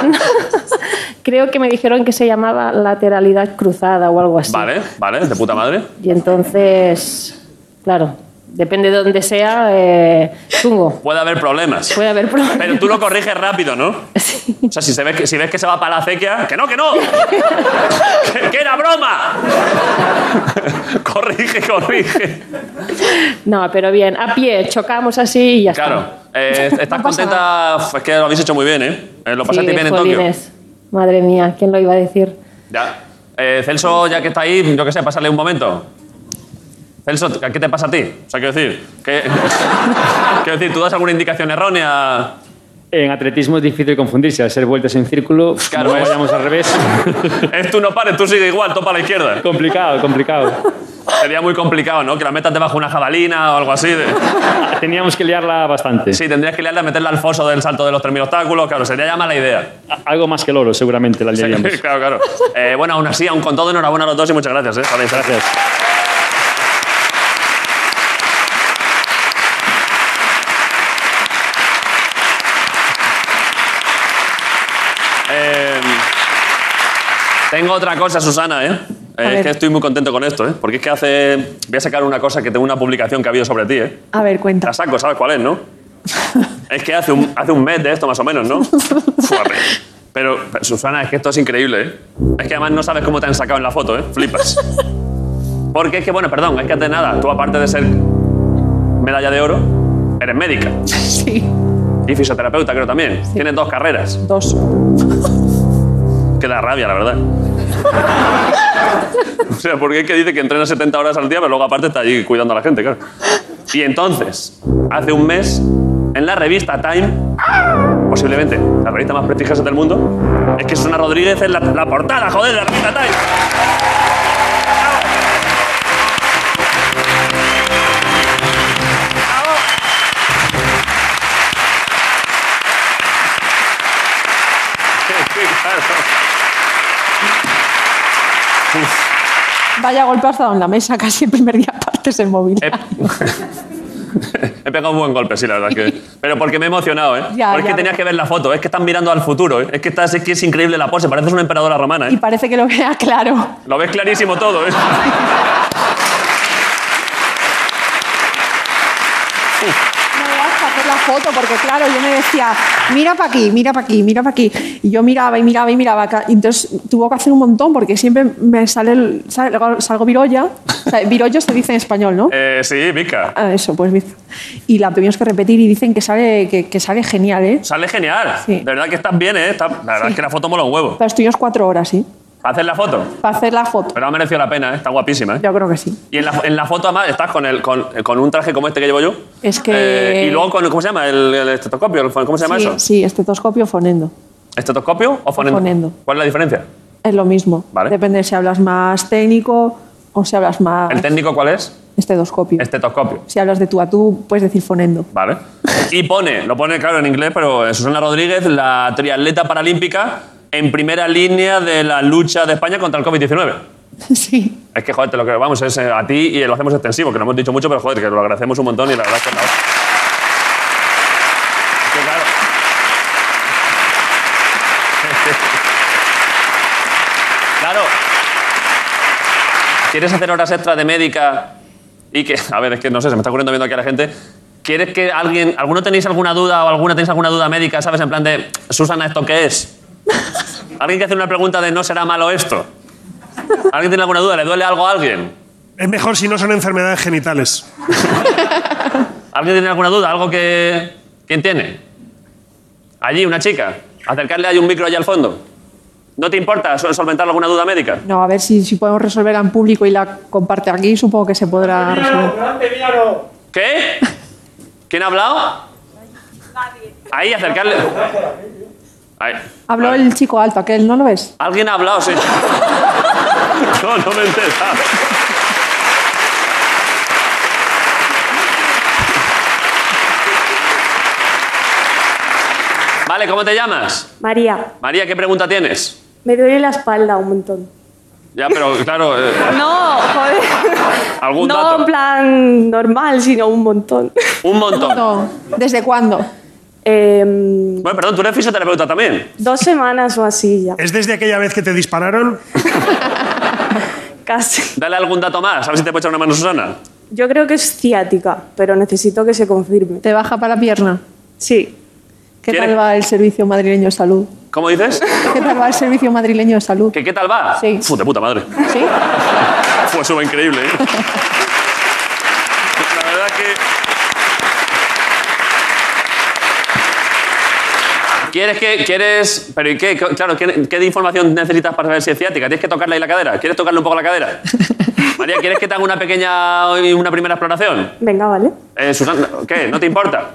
I: creo que me dijeron que se llamaba lateralidad cruzada o algo así.
B: Vale, vale, de puta madre.
I: Y entonces, claro, depende de dónde sea, eh, chungo.
B: Puede haber problemas.
I: Puede haber problemas.
B: Pero tú lo corriges rápido, ¿no?
I: Sí.
B: O sea, si, se ves que, si ves que se va para la acequia, que no, que no, que, que era broma. corrige, corrige.
I: No, pero bien, a pie, chocamos así y ya
B: Claro.
I: está.
B: Eh, ¿Estás contenta? Pues que lo habéis hecho muy bien, ¿eh? Eh, Lo pasaste
I: Sí,
B: bien en Tokio.
I: jolines. Madre mía, ¿quién lo iba a decir?
B: Ya. Eh, Celso, ya que está ahí, yo qué sé, pásale un momento. Celso, ¿qué te pasa a ti? O sea, quiero decir, que- quiero decir, ¿tú das alguna indicación errónea?
J: En atletismo es difícil confundirse, al ser vueltas en círculo,
B: Claro,
J: no
B: es.
J: vayamos al revés.
B: Es tú no pares, tú sigue igual, topa a la izquierda.
J: complicado, complicado.
B: Sería muy complicado, ¿no? Que la metas debajo de una jabalina o algo así. de-
J: Teníamos que liarla bastante.
B: Sí, tendrías que liarla, meterla al foso del salto de los 3.000 obstáculos. Claro, sería ya mala idea.
J: A- Algo más que el oro, seguramente la liaríamos.
B: claro, claro. Eh, bueno, aún así, aún con todo, enhorabuena a los dos y muchas gracias. ¿eh? Vale, gracias. Eh, tengo otra cosa, Susana, ¿eh? Eh, es
G: ver.
B: que estoy muy contento con esto, ¿eh? Porque es que hace. Voy a sacar una cosa que tengo una publicación que ha habido sobre ti, ¿eh?
G: A ver, cuenta.
B: La saco, ¿sabes cuál es, no? es que hace un, hace un mes de esto más o menos, ¿no? Fuerte. Pero, pero, Susana, es que esto es increíble, ¿eh? Es que además no sabes cómo te han sacado en la foto, ¿eh? Flipas. Porque es que, bueno, perdón, es que antes de nada, tú aparte de ser medalla de oro, eres médica
G: Sí,
B: y fisioterapeuta, creo también. Tienes dos carreras.
G: dos.
B: Que da rabia, la verdad. o sea, porque es que dice que entrena 70 horas al día, pero luego aparte está allí cuidando a la gente, claro. Y entonces, hace un mes, en la revista Time, posiblemente la revista más prestigiosa del mundo, es que Susana Rodríguez es la, la portada, joder, de la revista Time. ¡Bravo! ¡Bravo! Sí, claro.
G: Vaya golpe has dado en la mesa casi el primer día partes el móvil.
B: He, He pegado un buen golpe, sí, la verdad. Que... Pero porque me he emocionado, ¿eh?
G: Ya,
B: porque
G: ya,
B: tenías
G: pero-
B: que ver la foto. Es que están mirando al futuro, ¿eh? Es que, estás, es que es increíble la pose. Pareces una emperadora romana,
G: Y
B: ¿eh?
G: parece que lo vea claro.
B: Lo ves clarísimo todo, ¿eh?
G: No voy a hacer la foto porque claro, yo me decía, mira para aquí, mira para aquí, mira para aquí. Y yo miraba y miraba y miraba acá. Y entonces tuvo que hacer un montón porque siempre me sale, el- sale- luego salgo virolla. O sea, virollo se dice en español, ¿no?
B: Eh, sí, Vika.
G: Ah, eso, pues bien. Y la tuvimos que repetir y dicen que sale, que, que sale genial, ¿eh?
B: Sale genial.
G: Sí.
B: De verdad que estás bien, ¿eh? Estás- La verdad es que la foto mola un huevo.
G: Pero estuvimos cuatro horas, ¿sí?
B: Haces la foto.
G: Para hacer la foto.
B: Pero ha merecido la pena, ¿eh? Está guapísima, ¿eh?
G: Yo creo que sí.
B: Y en la, en la foto, además, estás con, el, con, con un traje como este que llevo yo.
G: Es que-
B: Eh, y luego con, ¿cómo se llama? El, el estetoscopio. el fon- ¿Cómo se llama
G: sí,
B: eso?
G: sí, estetoscopio fonendo.
B: ¿Estetoscopio o fonendo?
G: Fonendo.
B: ¿Cuál es la diferencia?
G: Es lo mismo.
B: Vale.
G: Depende si hablas más técnico o si hablas más.
B: ¿El técnico cuál es?
G: Estetoscopio.
B: Estetoscopio.
G: Si hablas de tú a tú, puedes decir fonendo.
B: Vale. Y pone, lo pone claro en inglés, pero Susana Rodríguez, la triatleta paralímpica, en primera línea de la lucha de España contra el COVID-19.
G: Sí.
B: Es que, joder, te lo creo. Vamos, es eh, a ti y lo hacemos extensivo, que lo hemos dicho mucho, pero joder, que lo agradecemos un montón y la verdad es que la- Es que, claro. claro. ¿Quieres hacer horas extra de médica y que... A ver, es que no sé, se me está ocurriendo viendo aquí a la gente. ¿Quieres que alguien... ¿Alguno tenéis alguna duda o alguna tenéis alguna duda médica, sabes? En plan de, Susana, ¿esto qué es? ¿Alguien que hace una pregunta de no será malo esto? ¿Alguien tiene alguna duda? ¿Le duele algo a alguien?
C: Es mejor si no son enfermedades genitales.
B: ¿Alguien tiene alguna duda? ¿Algo que... ¿Quién tiene? Allí, una chica. Acercarle hay un micro allá al fondo. ¿No te importa sol- solventar alguna duda médica?
G: No, a ver si, si podemos resolverla en público y la comparte aquí, supongo que se podrá resolver.
B: ¿Qué? ¿Quién ha hablado? Ahí, acercarle. Ahí.
G: Habló el chico alto, aquel, ¿no lo ves?
B: ¿Alguien ha hablado? Sí. No, no me he enterado. Vale, ¿cómo te llamas?
K: María,
B: María, ¿qué pregunta tienes?
K: me duele la espalda un montón.
B: Ya, pero claro. eh,
K: No, joder.
B: ¿Algún
K: no
B: dato?
K: en plan normal, sino un montón.
B: Un montón.
K: ¿Desde cuándo?
B: Bueno, perdón, tú eres fisioterapeuta también.
K: Em, dos semanas o así ya.
C: ¿Es desde aquella vez que te dispararon?
K: Casi.
B: Dale algún dato más, a ver si te puede echar una mano Susana.
K: Yo creo que es ciática, pero necesito que se confirme.
G: ¿Te baja para la pierna?
K: Sí.
G: ¿Qué
B: ¿Quiere-
G: tal va el servicio madrileño de salud?
B: ¿Cómo dices?
G: ¿Qué tal va el servicio madrileño de salud?
B: ¿Que qué tal va?
G: Sí.
B: Fu, de puta madre.
G: ¿Sí?
B: Fue eso va increíble, ¿eh? La verdad que. ¿Quieres que.? ¿Quieres.? ¿Pero y qué? Co- Claro, ¿qué, qué información necesitas para saber si es ciática? ¿Tienes que tocarle ahí la cadera? ¿Quieres tocarle un poco la cadera? María, ¿quieres que te haga una pequeña. una primera exploración?
K: Venga, vale.
B: Eh, Susana, ¿qué? ¿No te importa?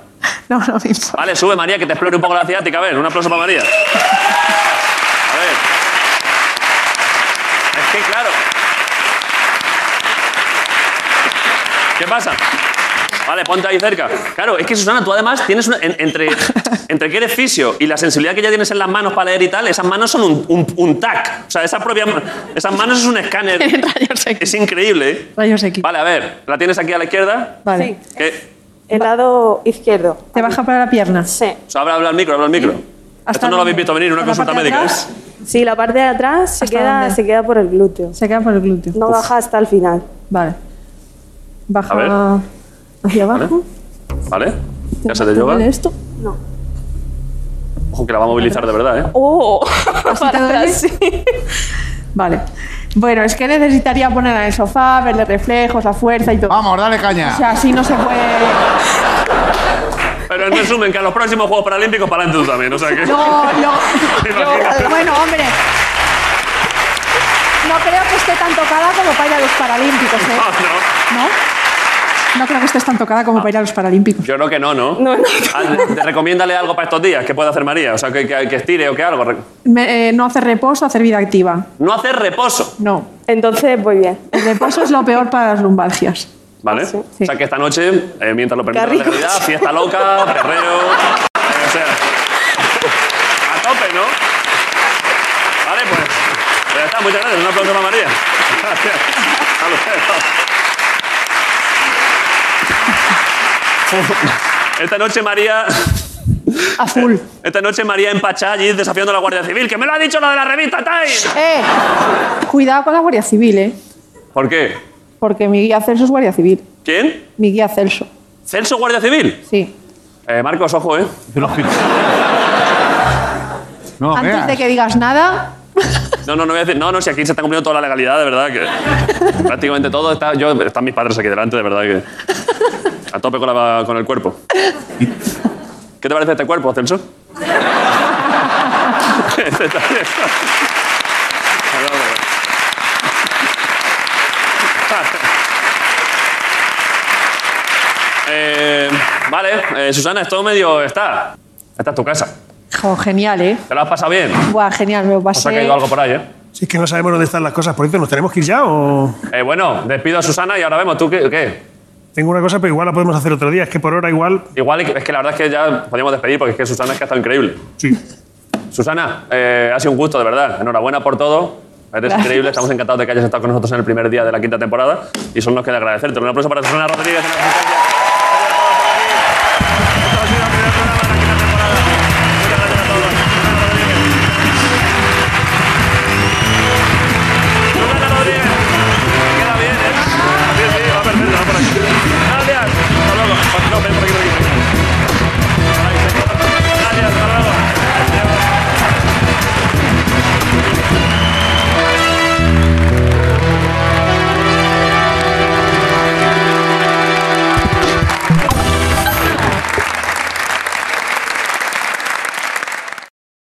G: No, no me importa.
B: Vale, sube María, que te explore un poco la ciática. A ver, un aplauso para María. A ver. Es que claro. ¿Qué pasa? Vale, ponte ahí cerca. Claro, es que Susana, tú además tienes una- en- entre, entre que eres fisio y la sensibilidad que ya tienes en las manos para leer y tal, esas manos son un, un, un tac. O sea, esas propias esas manos es un escáner. es increíble. ¿eh?
G: Rayos X.
B: Vale, a ver, la tienes aquí a la izquierda.
G: Vale.
B: ¿Qué?
K: El lado izquierdo.
G: ¿Te baja para la pierna?
K: Sí.
B: O sea, habla, habla al micro, habla al micro. Esto no lo habéis visto venir, una consulta médica. ¿eh?
K: Sí, la parte de atrás se queda,
G: dónde?
K: se queda por el glúteo.
G: Se queda por el glúteo.
K: No baja hasta el final.
G: Vale. Baja
B: A ver.
G: hacia abajo.
B: ¿Vale? Casa de
G: ¿Te duele
B: yoga.
G: esto?
K: No.
B: Ojo que la va a movilizar de verdad, ¿eh?
K: ¡Oh!
G: ¿Te duele? Vale. Bueno, es que necesitaría poner en el sofá, verle reflejos, la fuerza y todo. Vamos, dale caña. O sea, así no se puede.
B: Pero en resumen, que a los próximos Juegos Paralímpicos para adelante tú también, o sea que...
G: No, no.
B: Imagínate.
G: No, bueno, hombre. No creo que esté tan tocada como para ir a los Paralímpicos,
B: Ah,
G: ¿eh? No, No creo que estés tan tocada como para ir a los Paralímpicos.
B: Yo creo que no, ¿no?
K: No, no.
B: Ah, te- recomiéndale algo para estos días que pueda hacer María, o sea, que, que- que estire o que algo. Re-
G: Me- eh, no hacer reposo, hacer vida activa.
B: No hacer reposo,
G: No.
K: Entonces, muy bien.
G: El reposo es lo peor para las lumbalgias.
B: ¿vale? O sea, que esta noche, eh, mientras lo permita la
K: Carricos.
B: realidad, fiesta loca, perreo... eh, o sea, a tope, ¿no? Vale, pues, pues ya está, muchas gracias. Un aplauso para María. Gracias. Hasta luego. Esta noche María.
G: A full.
B: Esta noche María en Pachá allí desafiando a la Guardia Civil. ¡Que me lo ha dicho lo de la revista Time!
G: ¡Eh! Cuidado con la Guardia Civil, ¿eh?
B: ¿Por qué?
G: Porque mi guía Celso es Guardia Civil.
B: ¿Quién?
G: Mi guía Celso.
B: ¿Celso Guardia Civil?
G: Sí.
B: Eh, Marcos, ojo, ¿eh?
D: No,
G: Antes de que digas nada,
B: No, no, no voy a decir. No, no, si aquí se está cumpliendo toda la legalidad, de verdad que. Prácticamente todo está. Yo, están mis padres aquí delante, de verdad que. A tope con, la- con el cuerpo. ¿Qué te parece este cuerpo, Celso? Este está bien. Eh, vale, eh, Susana, esto medio está. Esta es tu casa.
G: jo, genial, ¿eh?
B: ¿Te lo has pasado bien?
G: Buah, genial, me lo
B: Os ha
G: pasé.
B: caído algo por ahí, ¿eh?
C: Si es que no sabemos dónde están las cosas, por eso nos tenemos que ir ya o.
B: Eh, bueno, despido a Susana y ahora vemos. ¿Tú qué? qué?
C: Tengo una cosa, pero igual la podemos hacer otro día. Es que por hora igual.
B: Igual es que la verdad es que ya podríamos despedir porque es que Susana es que ha estado increíble.
C: Sí.
B: Susana, eh, ha sido un gusto, de verdad. Enhorabuena por todo. Eres
L: Gracias.
B: increíble. Estamos encantados de que hayas estado con nosotros en el primer día de la quinta temporada y solo nos queda agradecerte. Un aplauso para Susana Rodríguez. en la asistencia.